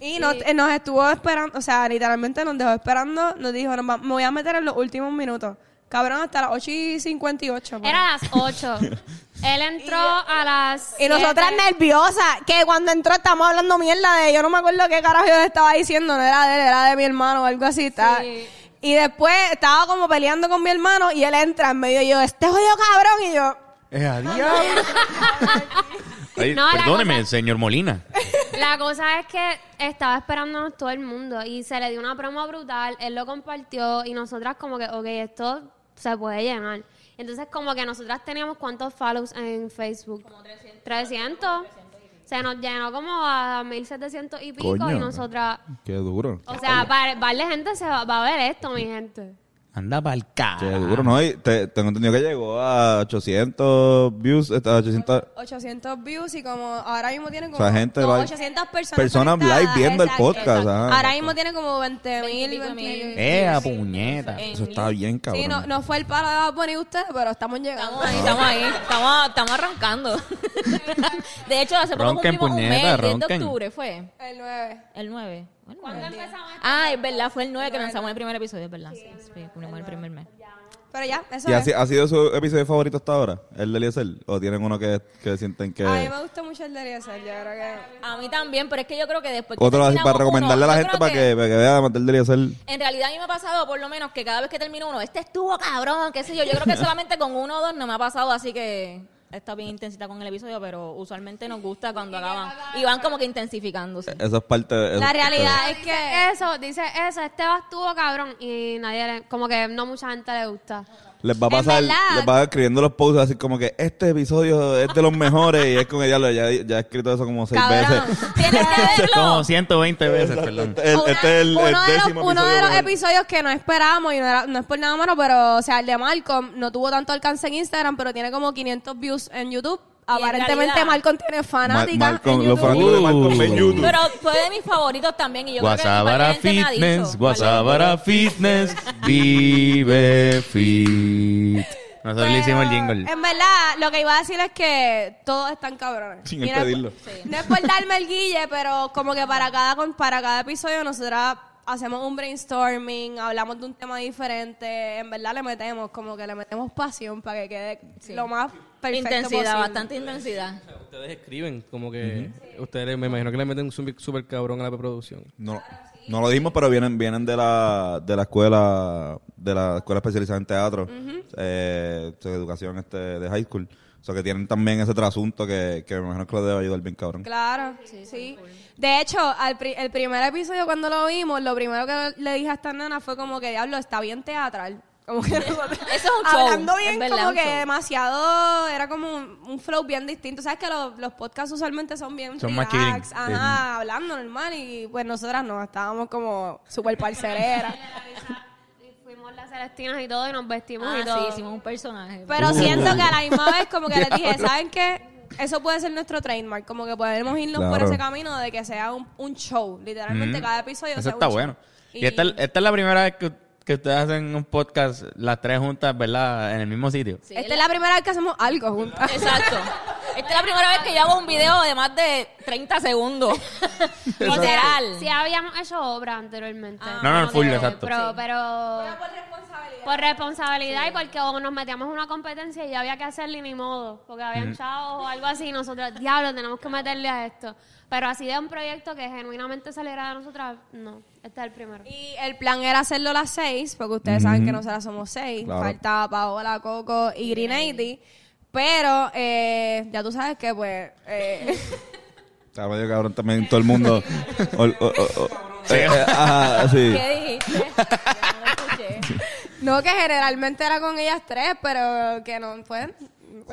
Speaker 3: Y nos, eh, nos estuvo esperando, o sea, literalmente nos dejó esperando, nos dijo, "No, va- me voy a meter en los últimos minutos. Cabrón, hasta las 8 y 58. pa.
Speaker 6: Era a las
Speaker 3: <laughs>
Speaker 6: 8. Él entró a las.
Speaker 3: Y nosotras
Speaker 4: Este,
Speaker 6: siete.
Speaker 3: nerviosas, que cuando entró estábamos hablando mierda de yo no me acuerdo qué carajo yo le estaba diciendo, no era de él, era de mi hermano o algo así. estaba- Y después estaba como peleando con mi hermano y él entra en medio y yo, este jodido cabrón, y yo,
Speaker 2: Ay,
Speaker 6: No, la
Speaker 2: perdóneme,
Speaker 6: cosa-
Speaker 2: señor Molina.
Speaker 6: La cosa es que estaba esperándonos todo el mundo y se le dio una promo brutal, él lo compartió y nosotras como que, ok, esto se puede llenar. Entonces como que nosotras teníamos cuántos follows en Facebook. Como 300. 300. Se nos llenó como a 1700 y pico
Speaker 1: Coño.
Speaker 6: y nosotras...
Speaker 1: <laughs> Qué duro.
Speaker 6: O sea, para de gente se va, va a ver esto, mi gente.
Speaker 2: Anda pa'l
Speaker 1: Qué
Speaker 2: carajo.
Speaker 1: duro, ¿no? Y te- tengo entendido que llegó a 800 views, eh, a 800...
Speaker 3: 800 views y como ahora mismo tienen como
Speaker 1: O sea, gente
Speaker 3: no,
Speaker 1: live-
Speaker 3: 800 personas
Speaker 1: personas
Speaker 3: conectadas,
Speaker 1: live viendo el
Speaker 3: exacto,
Speaker 1: podcast, Ah,
Speaker 3: exacto.
Speaker 1: ajá.
Speaker 3: ahora mismo tienen como 20 mil
Speaker 4: 20 mil.
Speaker 2: Ea, puñeta.
Speaker 1: Eso está bien, cabrón.
Speaker 3: sí no, no fue el palo de Bad Bunny ustedes pero estamos llegando
Speaker 4: Estamos ahí, estamos ahí, estamos, estamos <laughs> arrancando. De hecho, hace poco
Speaker 2: Ronquen,
Speaker 4: cumplimos un mes,
Speaker 2: puñeta,
Speaker 4: 10 de
Speaker 2: ronquen.
Speaker 4: octubre fue.
Speaker 3: el 9
Speaker 4: El 9. ¿Cuándo empezamos? Ah, es verdad, fue el 9 que lanzamos el primer episodio, es verdad. Sí, sí, cumplimos el primer mes.
Speaker 3: pero ya eso
Speaker 1: ¿Y ha,
Speaker 3: es
Speaker 1: si- ha sido su episodio favorito hasta ahora? ¿El de Eliezer? ¿O tienen uno que, que sienten que...?
Speaker 3: a mí me gusta mucho el de Eliezer yo creo que
Speaker 4: A mí también, pero es que yo creo que después. que
Speaker 1: Otro así para
Speaker 4: terminamos
Speaker 1: recomendarle
Speaker 4: uno,
Speaker 1: a la
Speaker 4: yo
Speaker 1: gente
Speaker 4: creo
Speaker 1: para que, para que vea además del de Eliezer.
Speaker 4: En realidad a mí me ha pasado, por lo menos, que cada vez que termino uno, este estuvo cabrón, qué sé yo. Yo
Speaker 2: <laughs>
Speaker 4: creo que solamente con uno o dos no me ha pasado, así que está bien intensita con el episodio, pero usualmente nos gusta cuando acaban. Y van como que intensificándose.
Speaker 2: Eh,
Speaker 1: Eso es parte de... eso
Speaker 3: la
Speaker 1: es-
Speaker 3: realidad es que
Speaker 6: Dice eso, dice eso, este estuvo cabrón y nadie, le- como que no mucha gente le gusta.
Speaker 1: Les va a
Speaker 3: En
Speaker 1: pasar,
Speaker 3: verdad.
Speaker 1: les va escribiendo los posts así como que este episodio es de los mejores y es con el diablo, ya, ya he escrito eso como seis
Speaker 3: cabrón
Speaker 2: eh,
Speaker 1: veces.
Speaker 3: tienes que verlo
Speaker 2: Como 120 veces, perdón.
Speaker 1: Este, el- este es el,
Speaker 3: uno
Speaker 1: el
Speaker 3: de los,
Speaker 1: décimo
Speaker 3: uno de los
Speaker 1: episodio.
Speaker 3: episodios que no esperábamos y no, era- no es por nada malo, pero o sea, el de Malcolm no tuvo tanto alcance en Instagram, pero tiene como 500 views en YouTube. Aparentemente
Speaker 4: realidad-
Speaker 3: Malcolm tiene fanáticas
Speaker 1: Mal- Malcolm-
Speaker 3: en
Speaker 1: los
Speaker 3: YouTube.
Speaker 1: fanáticos de Malcolm en YouTube.
Speaker 4: Pero fue de mis favoritos también y yo
Speaker 2: Guasabara
Speaker 4: creo que mi gente me ha dicho.
Speaker 2: Fitness, Guasabara Fitness, vive fit. Nosotros le hicimos el
Speaker 3: Pero,
Speaker 2: jingle.
Speaker 3: En verdad, lo que iba a decir es que todos están cabrones.
Speaker 1: Sin
Speaker 3: Y
Speaker 1: él
Speaker 3: no es-
Speaker 1: pedirlo.
Speaker 3: No es por darme el guille, pero como que para cada, con- para cada episodio nosotras hacemos un brainstorming, hablamos de un tema diferente. En verdad le metemos, como que le metemos pasión para que quede lo más perfecto
Speaker 4: Intensidad,
Speaker 3: posible.
Speaker 4: bastante intensidad.
Speaker 5: Ustedes escriben como que... Ustedes me imagino que le meten un súper cabrón a la preproducción.
Speaker 1: No, no lo dijimos, pero vienen, vienen de la, de la escuela, de la escuela especializada en teatro, eh, de educación este, de high school. O sea que tienen también ese trasunto que, que me imagino que lo debe ayudar bien cabrón.
Speaker 3: Claro, sí. De hecho, al pri- el primer episodio cuando lo vimos, lo primero que le dije a esta nena fue como que, diablo, está bien teatral. Como <laughs> que nosotros-
Speaker 4: <laughs> Eso es un show,
Speaker 3: Hablando
Speaker 4: es
Speaker 3: bien,
Speaker 4: verdad,
Speaker 3: como
Speaker 4: un
Speaker 3: que
Speaker 4: show.
Speaker 3: demasiado. Era como un, un flow bien distinto. Sabes que los, los podcasts usualmente son bien
Speaker 2: Son más
Speaker 3: relax,
Speaker 2: chilling, sí.
Speaker 3: ajá, hablando normal. Y pues nosotras no, estábamos como súper
Speaker 4: <laughs>
Speaker 3: parcereras.
Speaker 6: Y Fuimos las celestinas y todo y nos vestimos
Speaker 4: Ah,
Speaker 6: y todo.
Speaker 4: sí, hicimos un personaje.
Speaker 3: Pero siento que a la misma vez, como que les dije, ¿saben qué? Eso puede ser nuestro trademark. Como que podemos irnos por
Speaker 1: Claro.
Speaker 3: ese camino de que sea un, un show. Literalmente,
Speaker 2: Mm.
Speaker 3: cada
Speaker 4: <laughs>
Speaker 3: episodio
Speaker 2: Eso
Speaker 3: sea un
Speaker 2: está
Speaker 3: show.
Speaker 2: bueno. Y, esta, esta es la primera vez que, que ustedes hacen un podcast, las tres juntas, ¿verdad? En el mismo sitio.
Speaker 4: Sí,
Speaker 3: Esta es la primera vez que hacemos algo juntas.
Speaker 4: <laughs> Exacto. Esta es la primera vez que yo hago un video de más de
Speaker 3: <laughs>
Speaker 4: 30 segundos. Literal.
Speaker 6: Sí, habíamos hecho obra anteriormente.
Speaker 4: Ah,
Speaker 2: No, no,
Speaker 6: Como
Speaker 2: full,
Speaker 6: que,
Speaker 2: exacto.
Speaker 6: Pero, pero por responsabilidad y porque o nos metíamos en una competencia y había que hacerle ni modo, porque habían chavos o algo así, y nosotros, diablo, tenemos que meterle a esto. Pero así de un proyecto que genuinamente saliera de nosotras, no, este es el primero.
Speaker 3: Y el plan era hacerlo a las seis, porque ustedes saben que nosotras somos seis.
Speaker 1: Claro.
Speaker 3: Faltaba Paola, Coco y Greenady. Pero eh, ya tú sabes que, pues. eh, <laughs>
Speaker 1: Está medio cabrón también todo el mundo. Ol- o- o- o- eh, eh, ajá, sí.
Speaker 4: ¿Qué dijiste? Yo no lo escuché.
Speaker 3: no que generalmente era con ellas tres, pero que no pues, pueden.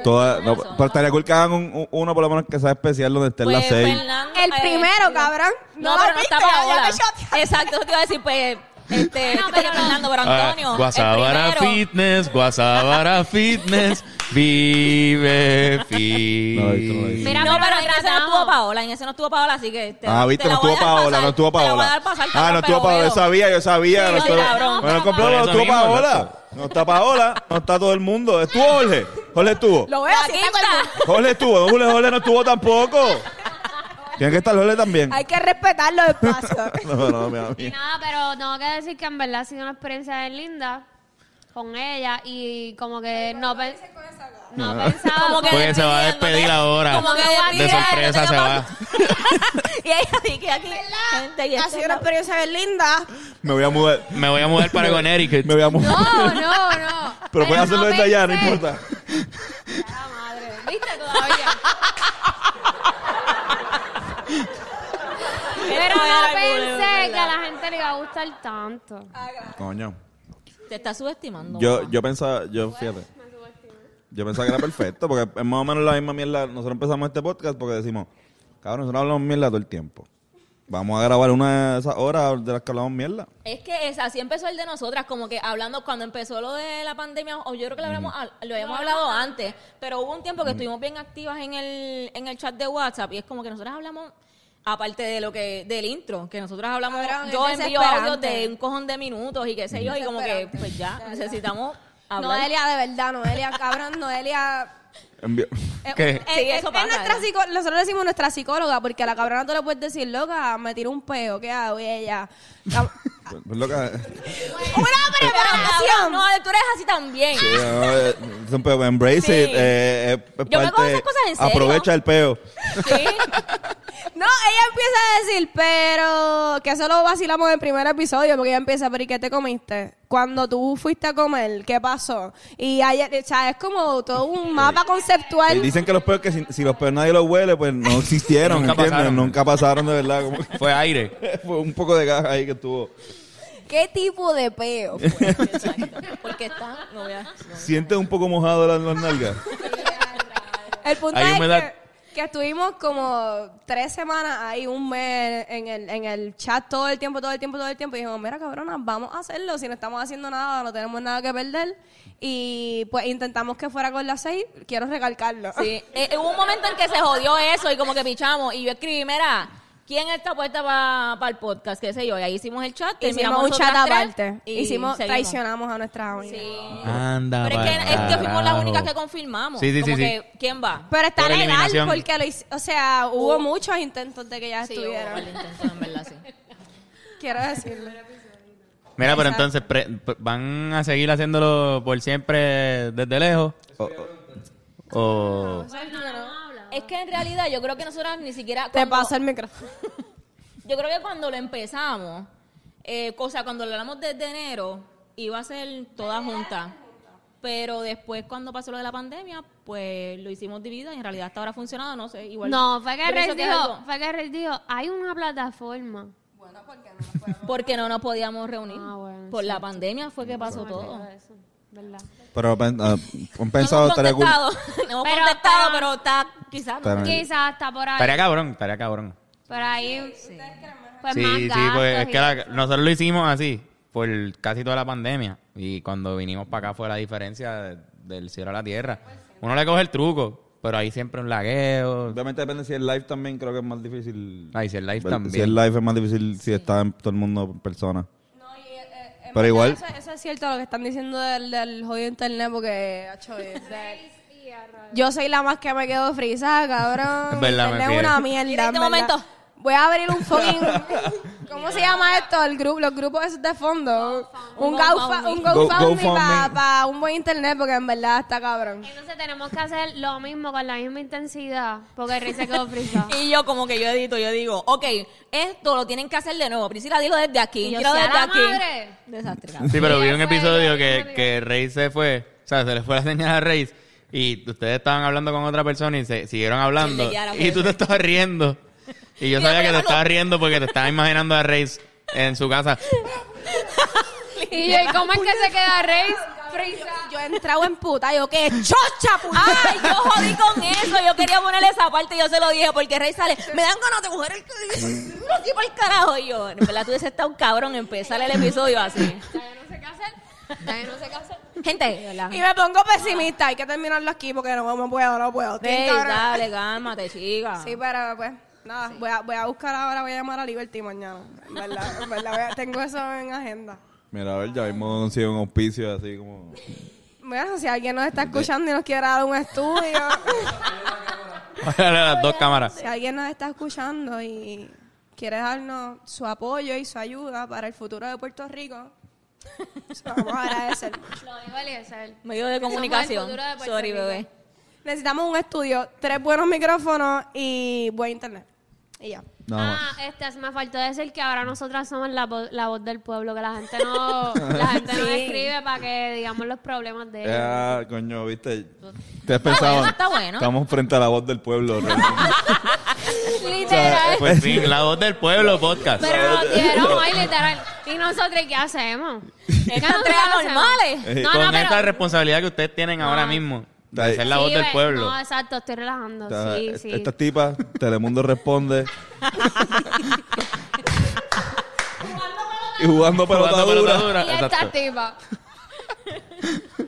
Speaker 1: Toda, no, pero estaría cool que hagan un- un- uno por lo menos que sea especial donde estén las
Speaker 4: Pues,
Speaker 1: seis.
Speaker 4: Fernando,
Speaker 3: El
Speaker 4: eh,
Speaker 3: primero, cabrón.
Speaker 4: No,
Speaker 3: lo
Speaker 4: pero no
Speaker 3: viste,
Speaker 4: está
Speaker 3: ya
Speaker 4: Paola.
Speaker 3: te choteaste.
Speaker 4: Exacto, te iba a decir, pues, este,
Speaker 6: Bueno,
Speaker 4: no,
Speaker 6: pero-
Speaker 4: Fernando, pero Antonio. el
Speaker 2: Guasabara
Speaker 4: primero.
Speaker 2: Fitness,
Speaker 4: <laughs>
Speaker 2: Guasabara Fitness, vive
Speaker 1: No lo he visto, no lo he visto.
Speaker 2: Fitness.
Speaker 6: Mira,
Speaker 4: No, pero
Speaker 6: pero
Speaker 4: en ese no
Speaker 6: tratamos.
Speaker 4: estuvo Paola, en ese no estuvo Paola, así que te,
Speaker 1: Ah, viste,
Speaker 4: te
Speaker 1: no
Speaker 4: la voy a
Speaker 1: estuvo
Speaker 4: dejar
Speaker 1: Paola,
Speaker 4: pasar.
Speaker 1: no estuvo
Speaker 4: Te la voy a
Speaker 1: Paola.
Speaker 4: dejar
Speaker 1: Ah,
Speaker 4: pasar,
Speaker 1: no
Speaker 4: cabrón,
Speaker 1: estuvo
Speaker 4: pero
Speaker 1: Paola, yo
Speaker 4: veo.
Speaker 1: sabía, yo sabía.
Speaker 4: Sí,
Speaker 1: no
Speaker 4: sí,
Speaker 1: estuvo-
Speaker 4: cabrón.
Speaker 1: Bueno, complot,
Speaker 2: Por
Speaker 1: no
Speaker 2: eso
Speaker 1: estuvo
Speaker 2: mismo,
Speaker 1: Paola.
Speaker 2: loco.
Speaker 1: No está Paola, no está todo el mundo. Estuvo Jorge, Jorge estuvo.
Speaker 3: Lo veo,
Speaker 4: La
Speaker 3: si está con el
Speaker 4: quinta.
Speaker 1: Jorge estuvo, no, Jorge, Jorge no estuvo tampoco. Tiene que estar Jorge también.
Speaker 3: Hay que respetar los
Speaker 4: <laughs>
Speaker 3: espacios.
Speaker 1: No, no, mi
Speaker 6: Y
Speaker 1: amigo.
Speaker 6: nada, pero tengo que decir que en verdad ha sido una experiencia bien linda con ella y como que no, pe- no
Speaker 2: Ah.
Speaker 6: pensaba
Speaker 4: Como que
Speaker 2: Porque se va a despedir ahora.
Speaker 4: Como que
Speaker 2: De sorpresa se va.
Speaker 4: y ella dice que aquí, gente, y
Speaker 3: Ha
Speaker 4: este
Speaker 3: sido una
Speaker 4: no.
Speaker 3: experiencia bien linda.
Speaker 1: Me voy a mudar.
Speaker 2: Me voy a mudar para
Speaker 1: <laughs>
Speaker 2: Connecticut.
Speaker 1: Me voy a mudar.
Speaker 6: No, no, no.
Speaker 1: Pero puedes hacerlo
Speaker 6: no
Speaker 1: desde allá, no
Speaker 6: pensé.
Speaker 1: importa.
Speaker 6: Ah, madre.
Speaker 3: <laughs>
Speaker 6: ¿Viste todavía? <laughs> Pero no pensé que a la gente le iba a gustar tanto.
Speaker 4: Ah.
Speaker 1: Coño.
Speaker 4: Te está subestimando.
Speaker 1: Yo,
Speaker 4: mamá.
Speaker 1: yo pensaba, yo fíjate. Yo pensaba que era perfecto, porque es más o menos la misma mierda. Nosotros empezamos este podcast porque decimos, cabrón, nosotros hablamos mierda todo el tiempo. Vamos a grabar una de esas horas de las que hablamos mierda.
Speaker 4: Es que es, así empezó el de nosotras, como que hablando cuando empezó lo de la pandemia, o yo creo que lo, hablamos, al- lo habíamos hablado antes, pero hubo un tiempo que estuvimos bien activas en el, en el chat de WhatsApp y es como que nosotras hablamos, aparte de lo que del intro, que nosotras hablamos,
Speaker 3: Cabrón, es
Speaker 4: yo envío audios
Speaker 3: desesperante.
Speaker 4: de un cojón de minutos y qué sé yo, y como que pues ya, necesitamos hablar.
Speaker 3: Noelia, de verdad, Noelia, cabrón, Noelia.
Speaker 1: Envi- <laughs>
Speaker 3: Eh,
Speaker 2: ¿Qué?
Speaker 3: eh,
Speaker 4: Sí,
Speaker 3: eh,
Speaker 4: eso
Speaker 3: es
Speaker 4: pasa,
Speaker 3: nuestra
Speaker 4: ¿verdad?
Speaker 3: psico- nosotros le decimos nuestra psicóloga, porque a la cabrona tú le puedes decir, loca, me tiró un peo, ¿qué hago? Y ella.
Speaker 4: <laughs>
Speaker 3: cab-
Speaker 1: Pues, pues, loca,
Speaker 3: ¡Una
Speaker 4: Pero, cabrón,
Speaker 3: preparación!
Speaker 4: no, tú eres así también.
Speaker 1: sí, no, eh, es un peo, embrace
Speaker 4: Sí.
Speaker 1: it. eh, es parte-
Speaker 4: cojo esas cosas en serio.
Speaker 1: Aprovecha el peo.
Speaker 4: Sí.
Speaker 3: No, ella empieza a decir, pero que eso lo vacilamos en el primer episodio, porque ella empieza, pero ¿y qué te comiste? Cuando tú fuiste a comer, ¿qué pasó? Y ayer, o sea, es como todo un mapa
Speaker 1: Y
Speaker 3: conceptual.
Speaker 1: dicen que los peos, que si, si los peos nadie los huele, pues no existieron,
Speaker 2: Nunca
Speaker 1: ¿entiendes?
Speaker 2: pasaron.
Speaker 1: Nunca pasaron de verdad. Como que <laughs>
Speaker 2: Fue aire.
Speaker 1: fue un poco de gaja ahí que tuvo.
Speaker 3: ¿Qué tipo de peo?
Speaker 4: Porque está, no voy a- no.
Speaker 1: ¿Sientes un poco mojado las, las
Speaker 4: <laughs>
Speaker 1: nalgas?
Speaker 3: El punto
Speaker 2: Hay
Speaker 3: es
Speaker 2: humedad.
Speaker 3: que, que estuvimos como tres semanas ahí, un mes en el, en el chat todo el tiempo, todo el tiempo, todo el tiempo. Y dijimos, mira, cabronas, vamos a hacerlo. Si no estamos haciendo nada, no tenemos nada que perder. Y pues intentamos que fuera con las seis. Quiero recalcarlo.
Speaker 4: Sí, eh, hubo un momento en que se jodió eso y como que pichamos. Y yo escribí, mira, ¿quién está puesta para el podcast? ¿Qué sé yo? Y ahí hicimos el chat.
Speaker 3: Hicimos
Speaker 4: terminamos
Speaker 3: un chat
Speaker 4: nosotras tres
Speaker 3: aparte.
Speaker 4: y
Speaker 3: Hicimos,
Speaker 4: seguimos.
Speaker 3: traicionamos a nuestras amigas.
Speaker 4: Sí.
Speaker 2: Anda,
Speaker 4: Pero es que, es que fuimos las únicas que confirmamos.
Speaker 2: Sí, sí,
Speaker 4: como
Speaker 2: sí, sí.
Speaker 4: que, ¿quién va?
Speaker 3: Pero está
Speaker 2: Por
Speaker 3: legal
Speaker 2: eliminación.
Speaker 3: porque, lo hic- o sea, hubo muchos intentos de que ya
Speaker 4: Sí, hubo el
Speaker 3: estuvieran.
Speaker 4: intento, en verdad, sí.
Speaker 3: Quiero decirlo.
Speaker 2: Mira, pero entonces, pre- pre- ¿van a seguir haciéndolo por siempre desde lejos?
Speaker 1: Oh,
Speaker 2: O- o-
Speaker 4: Es que en realidad yo creo que nosotras ni siquiera...
Speaker 3: Te
Speaker 4: cuando-
Speaker 3: paso el micrófono.
Speaker 4: Yo creo que cuando lo empezamos, eh, o sea, cuando lo hablamos desde enero, iba a ser toda junta. Pero después, cuando pasó lo de la pandemia, pues lo hicimos dividido y en realidad hasta ahora ha funcionado, no sé. Igual,
Speaker 6: No, fue que
Speaker 4: yo pienso
Speaker 6: Reyes
Speaker 4: que es
Speaker 6: dijo,
Speaker 4: algo-
Speaker 6: fue que Reyes dijo, hay una plataforma.
Speaker 3: pregunta porque no nos podemos.
Speaker 4: Porque no nos podíamos reunir.
Speaker 6: Ah, bueno,
Speaker 4: Por la pandemia fue que pasó todo.
Speaker 6: Pero eso, ¿verdad?
Speaker 1: Pero pen- ah, un
Speaker 4: No
Speaker 1: pensado
Speaker 4: hemos
Speaker 1: estaría cool.
Speaker 4: contestado, <laughs> no hemos
Speaker 6: Pero,
Speaker 4: contestado,
Speaker 6: pero-
Speaker 4: pero está quizás no.
Speaker 1: Pero-
Speaker 6: Quizás está por
Speaker 4: Ah.
Speaker 6: ahí.
Speaker 2: Estaría cabrón, estaría cabrón.
Speaker 6: Por ahí. Pues
Speaker 2: sí,
Speaker 6: más
Speaker 2: sí,
Speaker 6: gastos
Speaker 2: pues es
Speaker 6: y-
Speaker 2: que la- nosotros lo hicimos así por casi toda la pandemia y cuando vinimos para acá fue la diferencia de- del cielo a la tierra. Uno le coge el truco, pero hay siempre un lagueo.
Speaker 1: Obviamente depende si es live también, creo que es más difícil.
Speaker 2: Ay, si el live
Speaker 1: Ver-
Speaker 2: también.
Speaker 1: Si es live es más difícil si está en- todo el mundo en persona.
Speaker 3: No, y, eh, eh, en
Speaker 1: Pero
Speaker 3: verdad
Speaker 1: igual-
Speaker 3: Eso, eso es cierto lo que están diciendo del, del jodido internet porque, <laughs> hacho, es de- yo soy la más que me quedo frisada, cabrón.
Speaker 1: <laughs>
Speaker 2: Es verdad, me
Speaker 3: internet
Speaker 2: fijé.
Speaker 3: es una mierda.
Speaker 4: En
Speaker 3: en
Speaker 4: este
Speaker 3: verdad.
Speaker 4: momento.
Speaker 3: Voy a abrir un
Speaker 1: <laughs>
Speaker 3: fucking. ¿Cómo se llama esto? El grupo, los grupos esos de fondo. Un GoFundMe. Un
Speaker 1: Go-
Speaker 3: GoFundMe para
Speaker 1: GoFundMe.
Speaker 3: un buen internet porque en verdad está cabrón.
Speaker 6: Entonces tenemos que hacer lo mismo con la misma intensidad. Porque Riz se quedó
Speaker 4: <laughs>
Speaker 6: frisado.
Speaker 4: Y yo como que yo edito, yo digo, ok, esto lo tienen que hacer de nuevo. Priscila, dilo desde aquí.
Speaker 6: Y yo,
Speaker 4: dilo
Speaker 6: "Sea
Speaker 4: desde
Speaker 6: la
Speaker 4: aquí.
Speaker 6: madre.
Speaker 4: Desastre. cabrón.
Speaker 2: Sí, pero vi un
Speaker 6: Ya fue,
Speaker 2: episodio
Speaker 6: ya
Speaker 2: que,
Speaker 6: fue.
Speaker 2: que Rey se fue, o sea, se le fue la señal a Rey y ustedes estaban hablando con otra persona y se siguieron hablando
Speaker 4: Y Yara fue
Speaker 2: y tú te estabas riendo. Y yo
Speaker 4: Y
Speaker 2: sabía que
Speaker 4: después
Speaker 2: te
Speaker 4: cuando-
Speaker 2: estabas riendo porque te estabas imaginando a Rey en su casa. <laughs>
Speaker 6: y yo, ¿y ¿cómo es que se queda Riz?
Speaker 3: Yo he entrado en puta, yo qué chocha, puta.
Speaker 4: Ay, yo jodí con eso. Yo quería ponerle esa parte y yo se lo dije porque Rey sale. Me dan ganas de coger el. No sé por el carajo. Y yo, en verdad, tú dices, está un cabrón empezar el episodio así.
Speaker 6: Ya yo no sé qué hacer. Ya yo no sé qué hacer.
Speaker 4: Gente, de ¿verdad?
Speaker 3: Y me <laughs> pongo pesimista, hay que terminarlo aquí porque no, no puedo, no puedo. Estoy
Speaker 4: Rey,
Speaker 3: cabrón.
Speaker 4: dale, cálmate, chica.
Speaker 3: Sí, pero pues, nada, voy, a, voy a buscar ahora, voy a llamar a Liberty mañana. En verdad, en verdad, voy a- tengo eso en agenda.
Speaker 1: Mira, a ver, ya mismo consigo un auspicio así como.
Speaker 3: Bueno, si alguien nos está escuchando y nos quiere dar un estudio, <laughs>
Speaker 2: Órale, las
Speaker 6: <laughs>
Speaker 2: dos cámaras.
Speaker 3: si alguien nos está escuchando y quiere darnos su apoyo y su ayuda para el futuro de Puerto Rico, se lo vamos a agradecer.
Speaker 6: Lo digo Eliezer.
Speaker 4: Medio de comunicación.
Speaker 6: Somos el futuro de Puerto
Speaker 4: Sorry,
Speaker 6: Rico.
Speaker 4: bebé.
Speaker 3: Necesitamos un estudio, tres buenos micrófonos y buen internet. Y ya.
Speaker 1: No,
Speaker 6: Ah, este, se me faltó decir que ahora nosotras somos la, vo- la voz del pueblo, que la gente no, la gente no escribe para que digamos los problemas de ellos.
Speaker 1: Ah, coño, viste. Ustedes pensaban.
Speaker 4: eh. está bueno. Ah,
Speaker 1: Estamos frente a la voz del pueblo. realmente.
Speaker 6: Literal.
Speaker 2: Pues fin, la voz del pueblo podcast.
Speaker 6: Pero
Speaker 2: <laughs>
Speaker 6: nos dieron hoy, literal. ¿Y nosotros qué hacemos? Es
Speaker 4: Están tres anormales.
Speaker 2: <laughs>
Speaker 1: Eh,
Speaker 6: No,
Speaker 2: con
Speaker 6: no, pero...
Speaker 2: esta responsabilidad que ustedes tienen ahora mismo de
Speaker 1: Ay.
Speaker 2: ser la voz
Speaker 6: Sí,
Speaker 2: del
Speaker 6: ve-
Speaker 1: <laughs>
Speaker 2: pueblo.
Speaker 6: No, exacto, estoy relajando.
Speaker 1: Está-
Speaker 6: sí,
Speaker 1: est-
Speaker 6: sí.
Speaker 1: Estas tipas, Telemundo
Speaker 4: <laughs>
Speaker 1: responde. y jugando pelota
Speaker 2: Jugando pelota
Speaker 1: dura.
Speaker 2: dura,
Speaker 6: Y esta
Speaker 2: exacto. <laughs>
Speaker 6: tipa.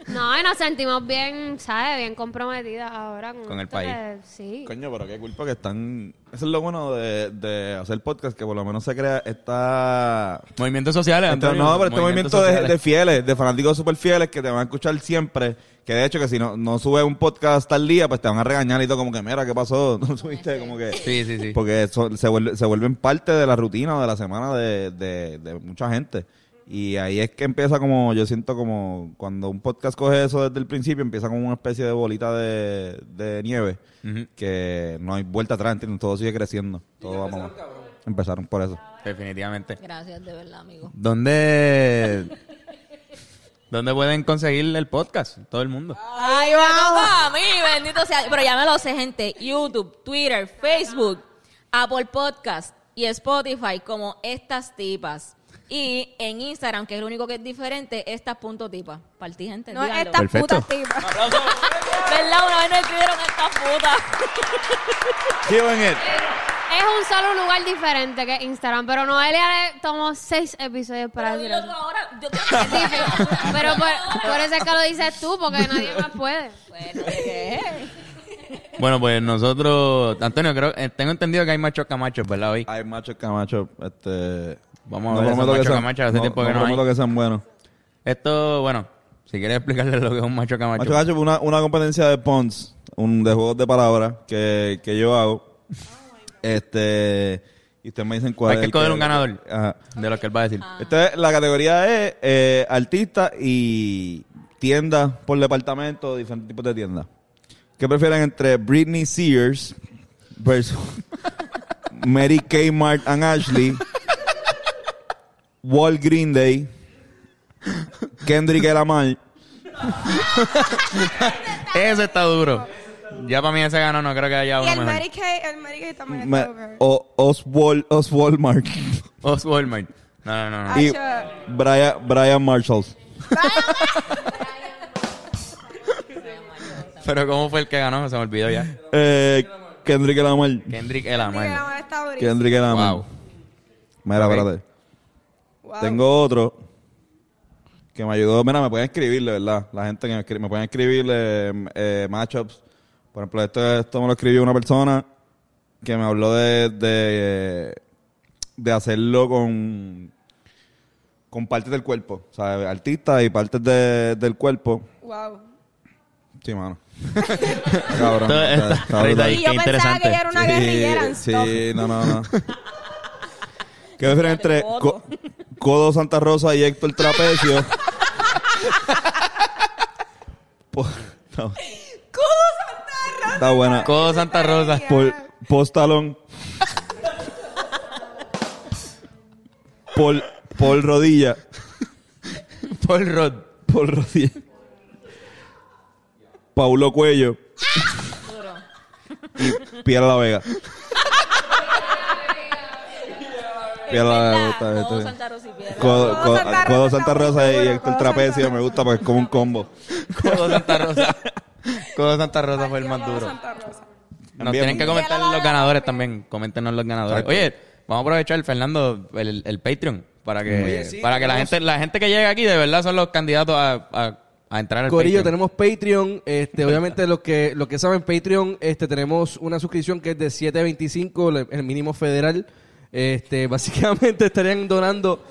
Speaker 6: No, y nos sentimos bien, ¿sabes? Bien comprometidas ahora. Con,
Speaker 2: Con el
Speaker 6: esto
Speaker 2: país.
Speaker 6: que- sí.
Speaker 1: Coño, pero qué culpa que están. Eso es lo bueno de, de hacer podcast, que por lo menos se crea esta.
Speaker 2: Movimientos sociales.
Speaker 1: Entonces,
Speaker 2: Antonio,
Speaker 1: no, pero este
Speaker 2: movimientos
Speaker 1: movimiento de, <laughs> de
Speaker 2: sociales.
Speaker 1: fieles, de fanáticos super fieles que te van a escuchar siempre. Que de hecho, que si no, no subes un podcast tal día, pues te van a regañar y todo, como que, mira, ¿qué pasó? <laughs> No subiste, como que.
Speaker 2: Sí, sí, sí.
Speaker 1: Porque eso- se, vuelve- se vuelven parte de la rutina o de la semana de, de- de mucha gente. Y ahí es que empieza como, yo siento como cuando un podcast coge eso desde el principio, empieza como una especie de bolita de, de nieve
Speaker 2: Ujú.
Speaker 1: que no hay vuelta atrás, ¿entiendes? Todo sigue creciendo. Todo vamos. Empezaron por eso.
Speaker 2: <laughs> Definitivamente.
Speaker 4: Gracias, de verdad, amigo.
Speaker 2: ¿Dónde, ¿Dónde pueden conseguir el podcast? Todo el mundo.
Speaker 4: Ay, vamos a mí, bendito sea. Pero ya me lo sé, gente. YouTube, Twitter, Facebook, Apple Podcast y Spotify como estas tipas. Y en Instagram, que es lo único que es diferente, estas.tipas. Para ti, gente.
Speaker 3: No,
Speaker 4: díganlo.
Speaker 3: estas
Speaker 1: Perfecto.
Speaker 3: putas tipas.
Speaker 4: ¿Verdad? Una vez nos escribieron estas putas.
Speaker 6: Es un solo lugar diferente que Instagram, pero Noelia le tomó seis episodios para
Speaker 4: Pero
Speaker 6: decir
Speaker 4: dilo tú
Speaker 6: eso.
Speaker 4: ahora.
Speaker 6: <laughs>
Speaker 4: Yo creo que
Speaker 6: Sí, sí. Pero por, por eso es que lo dices tú, porque nadie más puede.
Speaker 4: Bueno, ¿qué?
Speaker 2: Bueno, pues nosotros, Antonio, creo, eh, tengo entendido que hay machos camachos, ¿verdad? Hoy.
Speaker 1: Hay macho camacho, este...
Speaker 2: Vamos a ver esos
Speaker 1: prometo
Speaker 2: macho
Speaker 1: que sean-
Speaker 2: camacho, hace tiempo que no
Speaker 1: prometo
Speaker 2: hay.
Speaker 1: que sean buenos.
Speaker 2: Esto, bueno, si quieres explicarle lo que es un macho camacho.
Speaker 1: Macho camacho fue una, una competencia de Pons, un, de juegos de palabras que, que yo hago. Este... Y ustedes me dicen cuál
Speaker 2: hay
Speaker 1: es
Speaker 2: que
Speaker 1: el
Speaker 2: escoger un ganador
Speaker 1: Ajá.
Speaker 2: de lo que él va a decir.
Speaker 1: Esta es- la categoría es eh, artista y tiendas por departamento, diferentes tipos de tiendas. ¿Qué prefieren entre Britney Sears versus <laughs> Mary Kay Mart and Ashley, Walt Green Day, Kendrick Lamar
Speaker 2: Ese está duro. Ya para mí ese ganó, no creo que haya
Speaker 3: Y
Speaker 2: uno
Speaker 3: el
Speaker 2: mejor.
Speaker 3: Mary Kay, el Mary Kay también
Speaker 1: Ma- oh,
Speaker 3: está over.
Speaker 1: o- Oswald, Oswald Mark <laughs>
Speaker 2: Oswald Mart. No, no, no. no.
Speaker 6: Ah.
Speaker 3: Ay,
Speaker 1: y Ah,
Speaker 3: yo-
Speaker 1: Brian, Brian Marshall.
Speaker 2: Pero ¿cómo fue el que ganó? Se me olvidó ya.
Speaker 1: Eh, Kendrick Lamar.
Speaker 2: Kendrick Elamar.
Speaker 3: Dígame, está durísimo.
Speaker 1: Kendrick Lamar.
Speaker 2: Wow.
Speaker 1: Mira,
Speaker 2: Ok.
Speaker 1: espérate.
Speaker 3: Wow.
Speaker 1: Tengo otro que me ayudó. Mira, me pueden escribirle, ¿verdad? La gente que me, escri- me pueden escribirle matchups. Por ejemplo, esto, esto me lo escribió una persona que me habló de, de, de hacerlo con, con partes del cuerpo. O sea, artistas y partes de- del cuerpo.
Speaker 3: Wow.
Speaker 1: Sí, mano. <laughs> Cabrón.
Speaker 2: Esto-
Speaker 1: está-
Speaker 2: esta-
Speaker 1: está brutal.
Speaker 2: Ay,
Speaker 3: y
Speaker 2: qué
Speaker 3: yo pensaba
Speaker 2: interesante.
Speaker 3: que yo era una guerrillera en
Speaker 1: Sí,
Speaker 3: stop.
Speaker 1: sí, no, no,
Speaker 3: <laughs>
Speaker 1: no. ¿Qué diferencia entre
Speaker 4: Codo.
Speaker 1: Co- Codo Santa Rosa y Héctor
Speaker 3: <laughs>
Speaker 1: Trapecio? Po- no,
Speaker 3: ¡Codo Santa Rosa!
Speaker 1: está buena.
Speaker 2: Codo Santa Rosa.
Speaker 1: Pol- postalón. Pol, Pol rodilla.
Speaker 2: Paul Rod.
Speaker 1: Pol rodilla. Paulo Cuello. Y Piedra la Vega. Piedra la Vega. está bien, está
Speaker 4: Todo
Speaker 1: bien.
Speaker 4: Santa Rosa y piedra.
Speaker 1: Codo,
Speaker 3: Codo
Speaker 1: codo-
Speaker 3: Santa Rosa
Speaker 1: codo
Speaker 3: está
Speaker 1: Santa
Speaker 3: muy
Speaker 1: Rosa
Speaker 3: duro,
Speaker 1: y
Speaker 3: codo
Speaker 1: el
Speaker 3: Santa
Speaker 1: trapecio
Speaker 3: Rosa.
Speaker 1: me gusta porque es como un combo.
Speaker 2: <laughs> Codo
Speaker 1: <laughs>
Speaker 2: Santa Rosa. Codo Santa Rosa fue el más
Speaker 3: Codo
Speaker 2: duro.
Speaker 3: Santa Rosa.
Speaker 2: Nos tienen que comentar los ganadores también. Coméntenos los ganadores. Oye, vamos a aprovechar, Fernando, el, el Patreon para que, para que la gente, la gente que llega aquí de verdad son los candidatos a, a, a entrar al
Speaker 5: Corillo,
Speaker 2: Patreon.
Speaker 5: tenemos Patreon. Este, obviamente, los que, los que saben Patreon, este, tenemos una suscripción que es de 7.25, le- el mínimo federal. Este, <laughs> básicamente estarían donando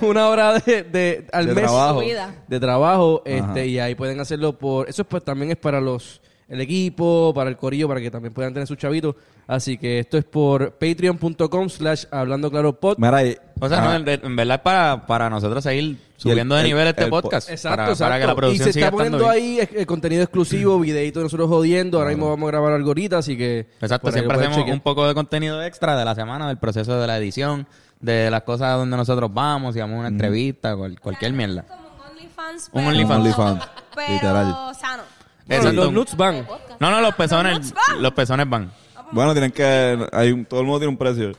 Speaker 5: una hora de, de- al
Speaker 1: De
Speaker 5: mes
Speaker 1: trabajo.
Speaker 4: Vida.
Speaker 5: de trabajo.
Speaker 1: Ajá.
Speaker 5: Este, y ahí pueden hacerlo por. Eso pues también es para los el equipo, para el corillo, para que también puedan tener sus chavitos. Así que esto es por patreon.com slash hablando claro pod.
Speaker 1: Mira, y-
Speaker 2: O sea,
Speaker 1: ah,
Speaker 2: no, en- en verdad es para, para nosotros seguir subiendo de
Speaker 1: el-
Speaker 2: nivel este
Speaker 1: el po-
Speaker 2: podcast.
Speaker 5: Exacto,
Speaker 2: para, para
Speaker 5: exacto.
Speaker 2: que la producción
Speaker 5: y se
Speaker 2: siga
Speaker 5: está
Speaker 2: estando Mm.
Speaker 5: poniendo
Speaker 2: bien.
Speaker 5: ahí eh, contenido exclusivo, videito de nosotros jodiendo. Ahora mismo vamos a grabar algo ahorita, así que.
Speaker 2: Exacto,
Speaker 5: por ahí
Speaker 2: siempre
Speaker 5: lo pueden
Speaker 2: hacemos
Speaker 5: chequear.
Speaker 2: un poco de contenido extra de la semana, del proceso de la edición, de las cosas donde nosotros vamos, si vamos a una entrevista, cual- cualquier mierda.
Speaker 3: Como un OnlyFans.
Speaker 2: Un
Speaker 3: pero-
Speaker 2: OnlyFans.
Speaker 1: OnlyFans,
Speaker 3: Pero
Speaker 1: literal.
Speaker 3: sano.
Speaker 5: Bueno,
Speaker 2: Exacto.
Speaker 5: Los nuts van.
Speaker 2: No, no, los
Speaker 3: Los
Speaker 2: pezones,
Speaker 3: nuts van.
Speaker 2: los
Speaker 1: <laughs>
Speaker 2: pezones van.
Speaker 1: Bueno, tienen que. Hay, un- todo el mundo tiene un precio.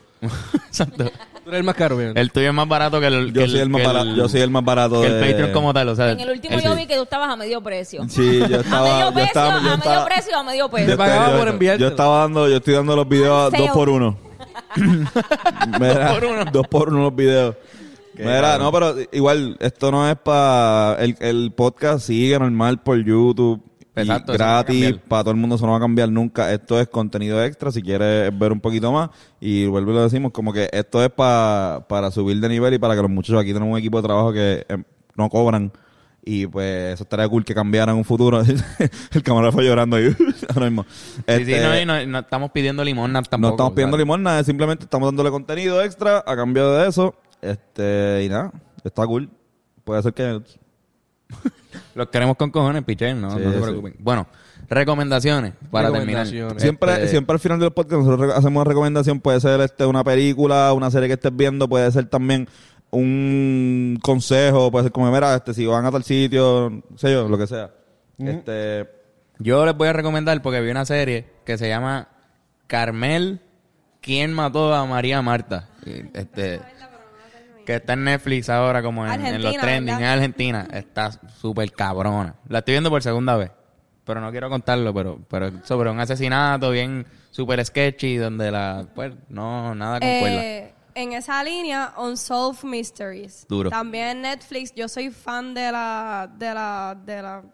Speaker 2: Exacto.
Speaker 5: Tú eres el más caro, bien.
Speaker 2: El tuyo es más barato que el
Speaker 1: Yo,
Speaker 2: que el-
Speaker 1: soy, el más
Speaker 2: que
Speaker 1: barato, yo soy el más barato.
Speaker 2: que el
Speaker 1: de-
Speaker 2: Patreon como tal, o sea,
Speaker 4: En el último yo vi que tú estabas a medio precio.
Speaker 1: Sí, yo
Speaker 4: a
Speaker 1: estaba.
Speaker 4: medio
Speaker 1: yo
Speaker 4: precio,
Speaker 1: estaba, yo
Speaker 4: a medio
Speaker 1: estaba-
Speaker 4: precio, a medio
Speaker 1: yo
Speaker 5: Te
Speaker 4: precio.
Speaker 1: estaba-
Speaker 5: pagaba
Speaker 1: yo-
Speaker 5: por enviártelo.
Speaker 1: Yo estaba dando, yo estoy dando los videos
Speaker 4: pues. Sale.
Speaker 1: dos por
Speaker 2: <laughs>
Speaker 1: uno. Mira,
Speaker 2: Dos por uno.
Speaker 1: Dos por uno los videos.
Speaker 2: Qué
Speaker 1: Mira, no, pero igual, esto no es para. El, el podcast sigue normal por YouTube. y
Speaker 2: Exacto, eso no va a
Speaker 1: gratis,
Speaker 2: cambiar.
Speaker 1: para todo el mundo, eso no va a cambiar nunca. Esto es contenido extra, si quieres ver un poquito más. Y vuelvo y lo decimos, como que esto es pa- para subir de nivel y para que los muchachos aquí tenemos un equipo de trabajo que eh, no cobran. Y pues eso estaría cool que cambiaran en un futuro. <laughs> el camarógrafo llorando ahí <laughs> ahora mismo.
Speaker 2: Sí, sí,
Speaker 1: Este,
Speaker 2: no, y no, no estamos pidiendo limón tampoco.
Speaker 1: no estamos pidiendo
Speaker 2: o sea.
Speaker 1: limosna, simplemente estamos dándole contenido extra a cambio de eso. Este, y nada, está cool. Puede ser que.
Speaker 2: Los queremos con cojones, pichén, no,
Speaker 1: Sí,
Speaker 2: no se
Speaker 1: sí.
Speaker 2: preocupen. Bueno, recomendaciones para terminar.
Speaker 5: Recomendaciones.
Speaker 1: Siempre,
Speaker 2: Este,
Speaker 1: siempre al final del podcast nosotros re- hacemos una recomendación. Puede ser este, una película, una serie que estés viendo, puede ser también un consejo, puede ser como, mira, este, si van a tal sitio, no sé yo, lo que sea.
Speaker 5: Mm.
Speaker 1: Este,
Speaker 2: Yo les voy a recomendar porque vi una serie que se llama Carmel, ¿Quién mató a María Marta? Y, Este, que está en Netflix ahora como en, en los
Speaker 3: Argentina,
Speaker 2: trending en
Speaker 3: ¿verdad?
Speaker 2: Argentina. Está súper cabrona. La estoy viendo por segunda vez. Pero no quiero contarlo, pero, pero es sobre un asesinato bien súper sketchy donde la... Pues no, nada con cuerda.
Speaker 3: Eh, en esa línea, Unsolved Mysteries.
Speaker 2: Duro.
Speaker 3: También Netflix. Yo soy fan de la, de la, de las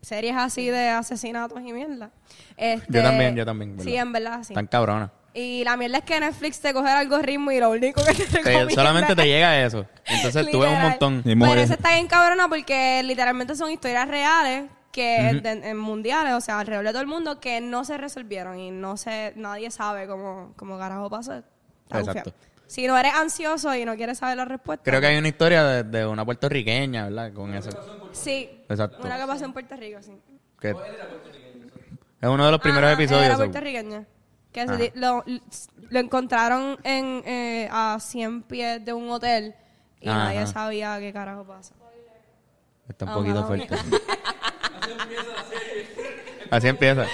Speaker 3: series así de asesinatos y mierda. Este,
Speaker 2: Yo también, yo también,
Speaker 3: Sí,
Speaker 2: ¿verdad?
Speaker 3: en verdad, sí.
Speaker 2: Tan
Speaker 3: <laughs>
Speaker 2: cabrona.
Speaker 3: Y la mierda es que Netflix te coge el algoritmo y lo único que te
Speaker 2: Te-
Speaker 3: recomienda...
Speaker 2: solamente
Speaker 3: <laughs>
Speaker 2: te llega eso. Entonces tú ves un
Speaker 3: Literal.
Speaker 2: montón.
Speaker 1: Y
Speaker 3: Pero
Speaker 1: muere.
Speaker 3: eso está bien cabrona porque literalmente son historias reales que en, en mundiales, o sea, alrededor de todo el mundo, que no se resolvieron y no se, nadie sabe cómo, cómo carajo pasó. Está
Speaker 2: Exacto.
Speaker 3: bufeado. Si no eres ansioso y no quieres saber la respuesta.
Speaker 2: Creo que hay una historia de, de una puertorriqueña, ¿verdad? Con eso.
Speaker 3: Sí.
Speaker 2: Exacto.
Speaker 3: Una que pasó en Puerto Rico, sí.
Speaker 2: Que- es uno de los primeros
Speaker 3: Ah,
Speaker 2: episodios.
Speaker 3: Era
Speaker 2: so-
Speaker 3: puertorriqueña. Que se di- lo, lo encontraron en, eh, a 100 pies de un hotel y
Speaker 2: Ajá.
Speaker 3: nadie sabía qué carajo
Speaker 2: <laughs>
Speaker 3: pasa.
Speaker 2: Está un <laughs>
Speaker 3: Ah,
Speaker 2: poquito
Speaker 3: bueno.
Speaker 2: fuerte. Así empieza.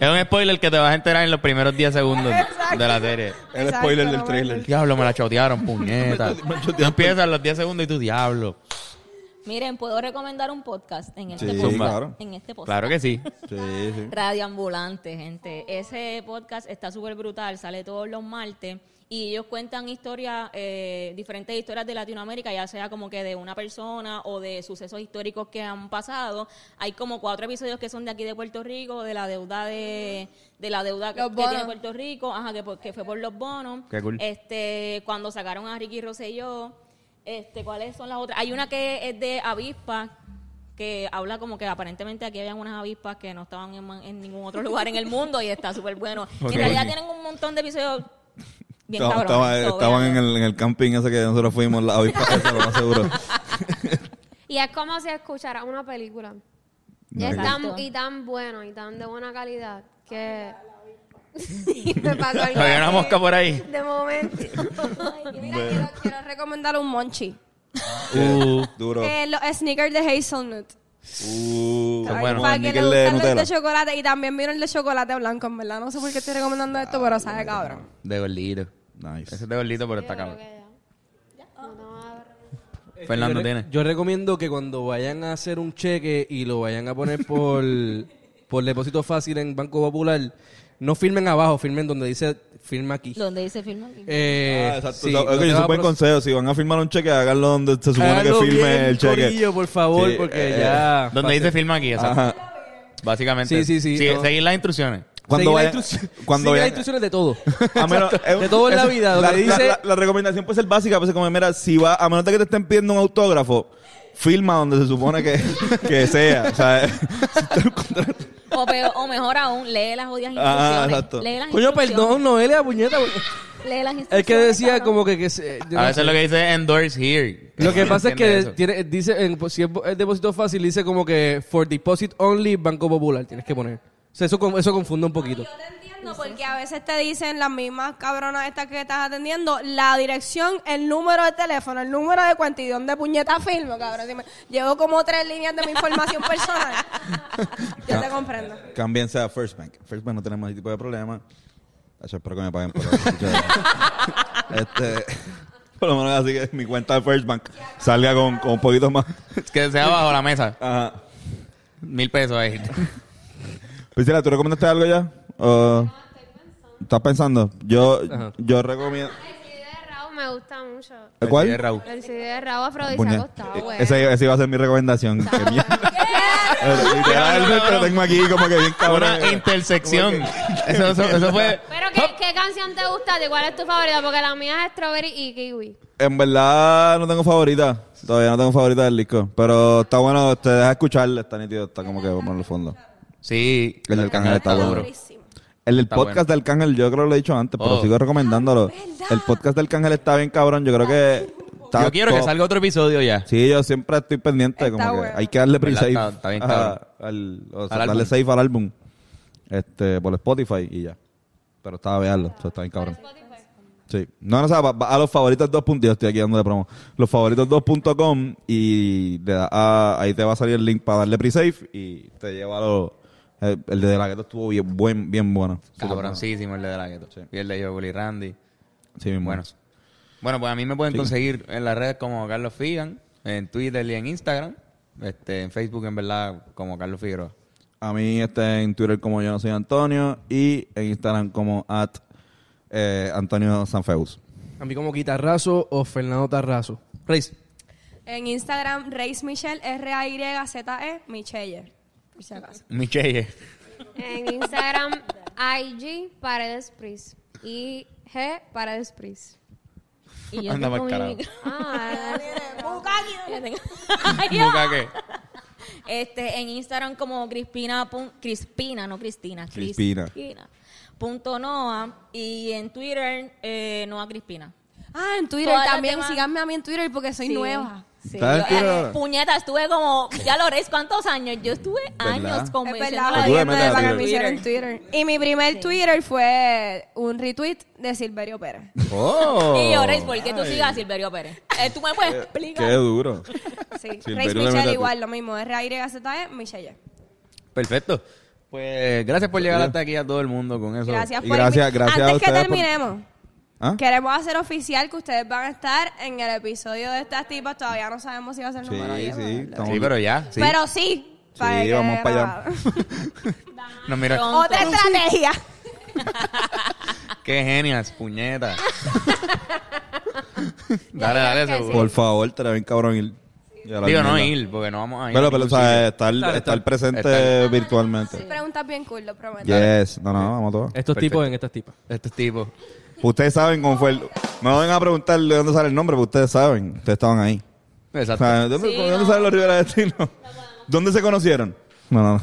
Speaker 2: Es un spoiler que te vas a enterar en los primeros 10 segundos
Speaker 3: Exacto.
Speaker 2: de la serie.
Speaker 7: El
Speaker 3: Exacto,
Speaker 7: spoiler del
Speaker 3: no
Speaker 7: trailer.
Speaker 2: Diablo, me la chotearon,
Speaker 5: <laughs>
Speaker 2: puñeta.
Speaker 7: Me chotearon.
Speaker 2: Tú empiezas los 10 segundos y tú, diablo.
Speaker 4: Miren, puedo recomendar un podcast en este
Speaker 1: Sí,
Speaker 4: podcast.
Speaker 1: claro.
Speaker 4: En este podcast.
Speaker 2: Claro que sí.
Speaker 3: <laughs>
Speaker 1: Sí, sí.
Speaker 4: Radio Ambulante, gente. Ese podcast está súper brutal, sale todos los martes y ellos cuentan historias, eh, diferentes historias de Latinoamérica, ya sea como que de una persona o de sucesos históricos que han pasado. Hay como cuatro episodios que son de aquí de Puerto Rico, de la deuda de, de la deuda que,
Speaker 3: Los
Speaker 4: que
Speaker 3: bonos.
Speaker 4: tiene Puerto Rico, ajá, que, por- que fue por los bonos.
Speaker 2: Qué cool.
Speaker 4: Este, cuando sacaron a Ricky Rosselló. Este, ¿cuáles son las otras? Hay una que es de avispa que habla como que aparentemente aquí habían unas avispas que no estaban en, man- en ningún otro lugar en el mundo y está súper bueno.
Speaker 1: Ok.
Speaker 4: En realidad tienen un montón de episodios bien
Speaker 1: Estaba-
Speaker 4: cabrones,
Speaker 1: estaba-
Speaker 4: so,
Speaker 1: estaban en
Speaker 4: véanlo.
Speaker 1: el, en el camping ese que nosotros fuimos, la avispa esa, lo más
Speaker 5: <laughs>
Speaker 1: seguro.
Speaker 6: Y es como si escuchara una película. Y,
Speaker 1: No,
Speaker 6: es
Speaker 1: que-
Speaker 6: tan, y tan bueno y tan de buena calidad que... me pasó algo
Speaker 2: Había una
Speaker 6: así
Speaker 2: mosca por ahí.
Speaker 3: <laughs>
Speaker 6: De momento.
Speaker 3: Mira, quiero, quiero recomendar un monchi.
Speaker 1: Uh, duro.
Speaker 3: Eh, los sneakers de Hazelnut.
Speaker 1: Uh,
Speaker 3: Ay,
Speaker 2: bueno.
Speaker 3: para
Speaker 1: el
Speaker 3: que este le
Speaker 1: níquel de
Speaker 3: gustan los
Speaker 1: Nutella.
Speaker 3: de chocolate. Y también vino el de chocolate blanco, en verdad. No sé por qué estoy recomendando esto, pero sabe cabrón.
Speaker 2: De gordito. Ese
Speaker 1: Nice.
Speaker 2: es de gordito, pero está cabrón. Fernando
Speaker 5: yo, re-
Speaker 2: tiene.
Speaker 5: yo recomiendo que cuando vayan a hacer un cheque y lo vayan a poner
Speaker 2: <laughs>
Speaker 5: por, por depósito fácil en Banco Popular, no firmen abajo, firmen donde dice firma aquí.
Speaker 4: Donde dice firma aquí.
Speaker 5: Eh,
Speaker 1: Ah, exacto.
Speaker 5: sí,
Speaker 1: Oye,
Speaker 5: no te
Speaker 1: es
Speaker 5: va
Speaker 1: un
Speaker 5: a
Speaker 1: buen
Speaker 5: pro-
Speaker 1: consejo. Si van a firmar un cheque, háganlo donde se supone
Speaker 5: Háganlo
Speaker 1: que firme
Speaker 5: bien,
Speaker 1: el cheque.
Speaker 5: corillo, por favor,
Speaker 1: Sí,
Speaker 5: porque
Speaker 1: eh,
Speaker 5: ya...
Speaker 2: Donde dice firma aquí, exacto.
Speaker 1: Ajá.
Speaker 2: Básicamente.
Speaker 5: Sí, sí, sí, no.
Speaker 2: Seguir las instrucciones.
Speaker 1: Cuando
Speaker 5: Seguir
Speaker 1: vaya-
Speaker 5: las instrucciones-
Speaker 1: <laughs> cuando
Speaker 5: seguir
Speaker 1: vaya-
Speaker 5: las instrucciones de todo.
Speaker 1: <laughs> A menos- es un-
Speaker 5: De todo en la
Speaker 1: es-
Speaker 5: vida, donde
Speaker 1: La, la-
Speaker 5: dice-
Speaker 1: la- la recomendación puede ser básica, pues como, mira, si va, a menos de que te estén pidiendo un autógrafo, firma donde se supone que, <laughs> que sea. O sea, <laughs>
Speaker 4: O, peor- o mejor aún, lee las odias
Speaker 1: Ah,
Speaker 4: instrucciones.
Speaker 1: exacto.
Speaker 4: Lee las
Speaker 5: Coño,
Speaker 4: instrucciones.
Speaker 5: perdón, Noelia, puñeta.
Speaker 4: Lee las instrucciones.
Speaker 5: Es que decía
Speaker 4: cabrón.
Speaker 5: como que... que se- yo
Speaker 2: A
Speaker 5: no
Speaker 2: veces
Speaker 5: sé.
Speaker 2: lo que dice es endorse here. <laughs>
Speaker 5: Lo que pasa es que
Speaker 2: Entiende eso.
Speaker 5: tiene, dice, en, pues, si es, bo- es depósito fácil, dice como que for deposit only Banco Popular, tienes que poner. O sea, eso, con- eso confunde un poquito.
Speaker 3: Yo te entiendo porque a veces te dicen las mismas cabronas estas que estás atendiendo la dirección, el número de teléfono, el número de cuenta y dónde puñeta firmo, cabrón. Dime, Llevo como tres líneas de mi información personal. Yo te comprendo.
Speaker 1: Cámbiense a First Bank. First Bank no tenemos ese tipo de problema. Tacho, espero que me paguen por
Speaker 5: <laughs>
Speaker 1: este, Por lo menos así que mi cuenta de First Bank salga con, con un poquito más.
Speaker 2: Que sea bajo la mesa.
Speaker 1: Ajá.
Speaker 2: Mil pesos ahí.
Speaker 1: Priscila, ¿tú recomendaste algo ya? ¿O ¿Estás pensando? Yo, yo recomiendo.
Speaker 6: El CD de Raúl me gusta mucho.
Speaker 1: ¿El ¿Cuál?
Speaker 2: Sí, Raúl.
Speaker 6: El CD de Raúl
Speaker 1: Puñe-
Speaker 6: afrodisíaco está
Speaker 1: Eh,
Speaker 6: bueno.
Speaker 1: Ese, ese iba a ser mi <laughs> recomendación. Qué mierda. Literalmente lo tengo aquí como que bien
Speaker 2: <laughs>
Speaker 1: cabrón.
Speaker 2: Una intersección. eh, Eso, eso, eso fue.
Speaker 6: Pero ¿qué, ¿qué canción te gusta? ¿De ¿Cuál es tu favorita? Porque la mía es Strawberry y Kiwi.
Speaker 1: En verdad no tengo favorita. Todavía no tengo favorita del disco. Pero está bueno, te deja escucharle, está nítido, está como que bueno en el fondo.
Speaker 2: Sí.
Speaker 1: El del cángel está bueno.
Speaker 3: Durísimo.
Speaker 1: El del
Speaker 2: Está
Speaker 1: podcast del Cángel, yo creo que lo he dicho antes, pero
Speaker 2: Oh.
Speaker 1: sigo recomendándolo. El podcast del Cángel está bien cabrón, yo creo que... está
Speaker 2: Yo quiero que
Speaker 1: top.
Speaker 2: salga otro episodio ya.
Speaker 1: Sí, yo siempre estoy pendiente,
Speaker 3: Está
Speaker 1: como que
Speaker 3: bueno.
Speaker 1: hay que darle
Speaker 2: ¿Verdad?
Speaker 1: pre-save
Speaker 2: Está- está bien
Speaker 1: a-
Speaker 2: cabrón.
Speaker 1: al, o sea,
Speaker 2: Al
Speaker 1: darle
Speaker 2: álbum.
Speaker 1: save al álbum este, por Spotify y ya. Pero estaba veanlo, o sea, está bien cabrón. Sí. No, no, o sea, va- va a los favoritos 2. Yo estoy aquí dando de promo. Los favoritos 2.com y le da a- ahí te va a salir el link para darle pre-save y te lleva a los... El, el de la gueto estuvo bien, buen, bien bueno. Súper bueno.
Speaker 2: Cabroncísimo el de la gueto. Y el de yo, Willy Randy.
Speaker 1: Sí, bien bueno.
Speaker 2: Bueno. Bueno, pues a mí me pueden conseguir en las redes como Carlos Figan, en Twitter y en Instagram. Este, en Facebook, en verdad, como Carlos Figueroa.
Speaker 1: A mí está en Twitter como yo no soy Antonio y en Instagram como at eh, Antonio Sanfeus.
Speaker 5: A mí como Guitarrazo o Fernando Tarrazo. Reis,
Speaker 3: En Instagram, Reis Michelle, R-A-Y-Z-E, E, Michelle. Por si acaso.
Speaker 2: Michelle.
Speaker 6: En Instagram, IG Paredes Pris. Y G Paredes Pris.
Speaker 4: Y yo
Speaker 2: Anda
Speaker 4: tengo
Speaker 2: pa'l
Speaker 4: mi-
Speaker 2: carajo.
Speaker 6: Ah,
Speaker 4: <laughs>
Speaker 3: <laughs>
Speaker 4: Yo tengo-
Speaker 1: <laughs>
Speaker 4: Ay, Dios.
Speaker 2: Nunca que.
Speaker 4: Este, en Instagram como Crispina, pun- Crispina, no Cristina.
Speaker 1: Crispina.
Speaker 4: Punto Noa. Y en Twitter, eh, Noa Crispina.
Speaker 3: Ah, en Twitter
Speaker 4: Todas las
Speaker 3: también.
Speaker 4: demás-
Speaker 3: Síganme a mí en Twitter porque soy
Speaker 4: Sí.
Speaker 3: nueva.
Speaker 4: Sí.
Speaker 1: ¿Estás Ah, en
Speaker 4: Yo-
Speaker 1: Twitter
Speaker 4: eh,
Speaker 1: ahora?
Speaker 4: puñeta, estuve como, ya lo veréis cuántos años. Yo estuve años
Speaker 3: Es
Speaker 4: convenciendo a
Speaker 3: verdad,
Speaker 4: la
Speaker 1: Ayúdame,
Speaker 3: jodiendo
Speaker 4: gente
Speaker 3: de
Speaker 1: dale,
Speaker 3: la que
Speaker 1: dale.
Speaker 3: me hicieron Twitter. Y mi primer Twitter fue un retweet de Silverio Pérez.
Speaker 1: <laughs> ¡Oh!
Speaker 4: Y ahora es porque tú sigas a
Speaker 1: <laughs>
Speaker 4: Silverio Pérez. Eh, tú me puedes
Speaker 1: ¡Qué
Speaker 4: explicar.
Speaker 1: duro!
Speaker 3: Sí.
Speaker 1: Silverio
Speaker 3: Reis
Speaker 1: le mete a
Speaker 3: Michelle
Speaker 1: ti.
Speaker 3: E, igual, lo mismo. R-A-Y-Z-E, Michelle.
Speaker 2: Perfecto. Pues gracias por llegar hasta aquí a todo el mundo con eso.
Speaker 3: Gracias
Speaker 1: Y
Speaker 3: por
Speaker 1: gracias-
Speaker 3: invi-
Speaker 1: gracias a
Speaker 3: Antes que
Speaker 1: ustedes por-
Speaker 3: terminemos,
Speaker 1: ¿Ah?
Speaker 3: queremos hacer oficial que ustedes van a estar en el episodio de estas tipas. Todavía no sabemos si va a ser
Speaker 1: Sí,
Speaker 3: número 10.
Speaker 1: sí,
Speaker 3: ¿verdad?
Speaker 1: estamos-
Speaker 2: Sí, pero ya. Sí.
Speaker 3: Pero sí. para que
Speaker 1: vamos para allá.
Speaker 3: grabado. <laughs>
Speaker 2: No, mira,
Speaker 4: Pronto.
Speaker 3: Otra estrategia.
Speaker 2: qué genias, puñetas. dale, dale, seguro.
Speaker 1: Por favor, te la ven cabrón ir. Y a la
Speaker 2: Digo, no
Speaker 1: mierda.
Speaker 2: ir, porque no vamos a ir.
Speaker 1: Pero, pero, o
Speaker 2: Inclusive.
Speaker 1: sea, estar, estar,
Speaker 2: estar-
Speaker 1: presente
Speaker 3: Ah,
Speaker 2: estar-
Speaker 1: virtualmente.
Speaker 3: Preguntas bien cool, lo prometo.
Speaker 1: Yes, no, no, vamos todos.
Speaker 5: Estos
Speaker 2: Perfecto.
Speaker 5: tipos en estas tipas.
Speaker 2: Estos tipos.
Speaker 1: Ustedes saben cómo fue el... No vengan a preguntar de dónde sale el nombre, porque ustedes saben. Ustedes estaban ahí. O
Speaker 2: Exacto.
Speaker 1: sea, ¿dónde,
Speaker 4: Sí,
Speaker 1: ¿dónde
Speaker 4: no.
Speaker 1: salen los Rivera Destino? ¿Dónde se conocieron? No,
Speaker 3: <laughs>
Speaker 1: no, no.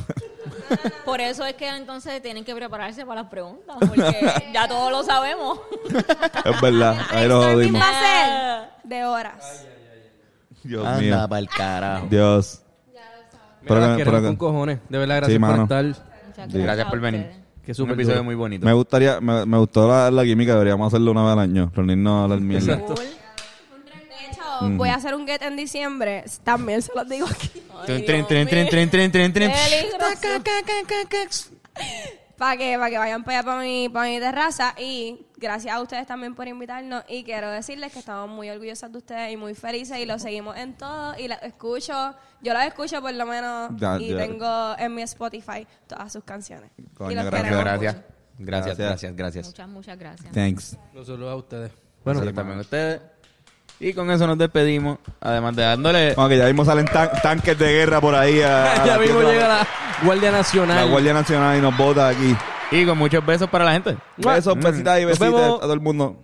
Speaker 4: <laughs> Por eso es que entonces tienen que prepararse para las preguntas,
Speaker 1: <laughs>
Speaker 4: porque ya todos lo sabemos. Ah.
Speaker 1: Es verdad. Ahí lo
Speaker 3: Brainstorming
Speaker 1: jodimos.
Speaker 3: va
Speaker 4: <laughs>
Speaker 3: a ser de horas.
Speaker 1: Dios mío.
Speaker 2: Anda para el carajo.
Speaker 1: Dios. Pero
Speaker 5: Mira,
Speaker 1: que-
Speaker 5: que
Speaker 1: pero
Speaker 5: con
Speaker 1: que-
Speaker 5: cojones. De verdad, gracias por
Speaker 1: mano.
Speaker 5: estar.
Speaker 4: Muchas
Speaker 1: Sí.
Speaker 2: Gracias por
Speaker 4: a
Speaker 2: venir.
Speaker 4: ustedes.
Speaker 5: Que
Speaker 2: un
Speaker 5: súper
Speaker 2: episodio
Speaker 5: duro.
Speaker 2: muy bonito.
Speaker 1: Me gustaría, me, me gustó la, la química, deberíamos hacerlo una vez al año, reunirnos a hablar mierda.
Speaker 5: Exacto.
Speaker 4: Cool.
Speaker 3: De hecho, voy a hacer un get en diciembre. También se los digo aquí.
Speaker 2: Trin, trin, trin, trin, trin, trin, trin, trin.
Speaker 4: Peligroso.
Speaker 3: Para que, pa' que vayan para allá para mi, pa' mi terraza. Y gracias a ustedes también por invitarnos. Y quiero decirles que estamos muy orgullosas de ustedes y muy felices. Y los seguimos en todo. Y los escucho. Yo los escucho por lo menos.
Speaker 1: Ya,
Speaker 3: y
Speaker 1: ya.
Speaker 3: tengo en mi Spotify todas sus canciones.
Speaker 1: Coño,
Speaker 3: y los
Speaker 1: gracias,
Speaker 3: queremos
Speaker 2: Gracias.
Speaker 3: mucho.
Speaker 2: Gracias,
Speaker 1: Gracias.
Speaker 2: gracias, gracias.
Speaker 4: Muchas, muchas gracias.
Speaker 1: Thanks.
Speaker 5: Nosotros a ustedes.
Speaker 2: Bueno, también a ustedes. Y con eso nos despedimos. Además de dándole.
Speaker 1: Aunque ya mismo salen tan- tanques de guerra por ahí.
Speaker 5: <laughs>
Speaker 1: A,
Speaker 2: <laughs>
Speaker 1: a
Speaker 5: ya mismo
Speaker 1: tierra.
Speaker 5: llega la Guardia Nacional.
Speaker 1: La Guardia Nacional y nos bota aquí.
Speaker 2: Y con muchos besos para la gente.
Speaker 1: Besos, besitas y
Speaker 5: Nos
Speaker 1: besitas
Speaker 5: vemos.
Speaker 1: a todo el mundo.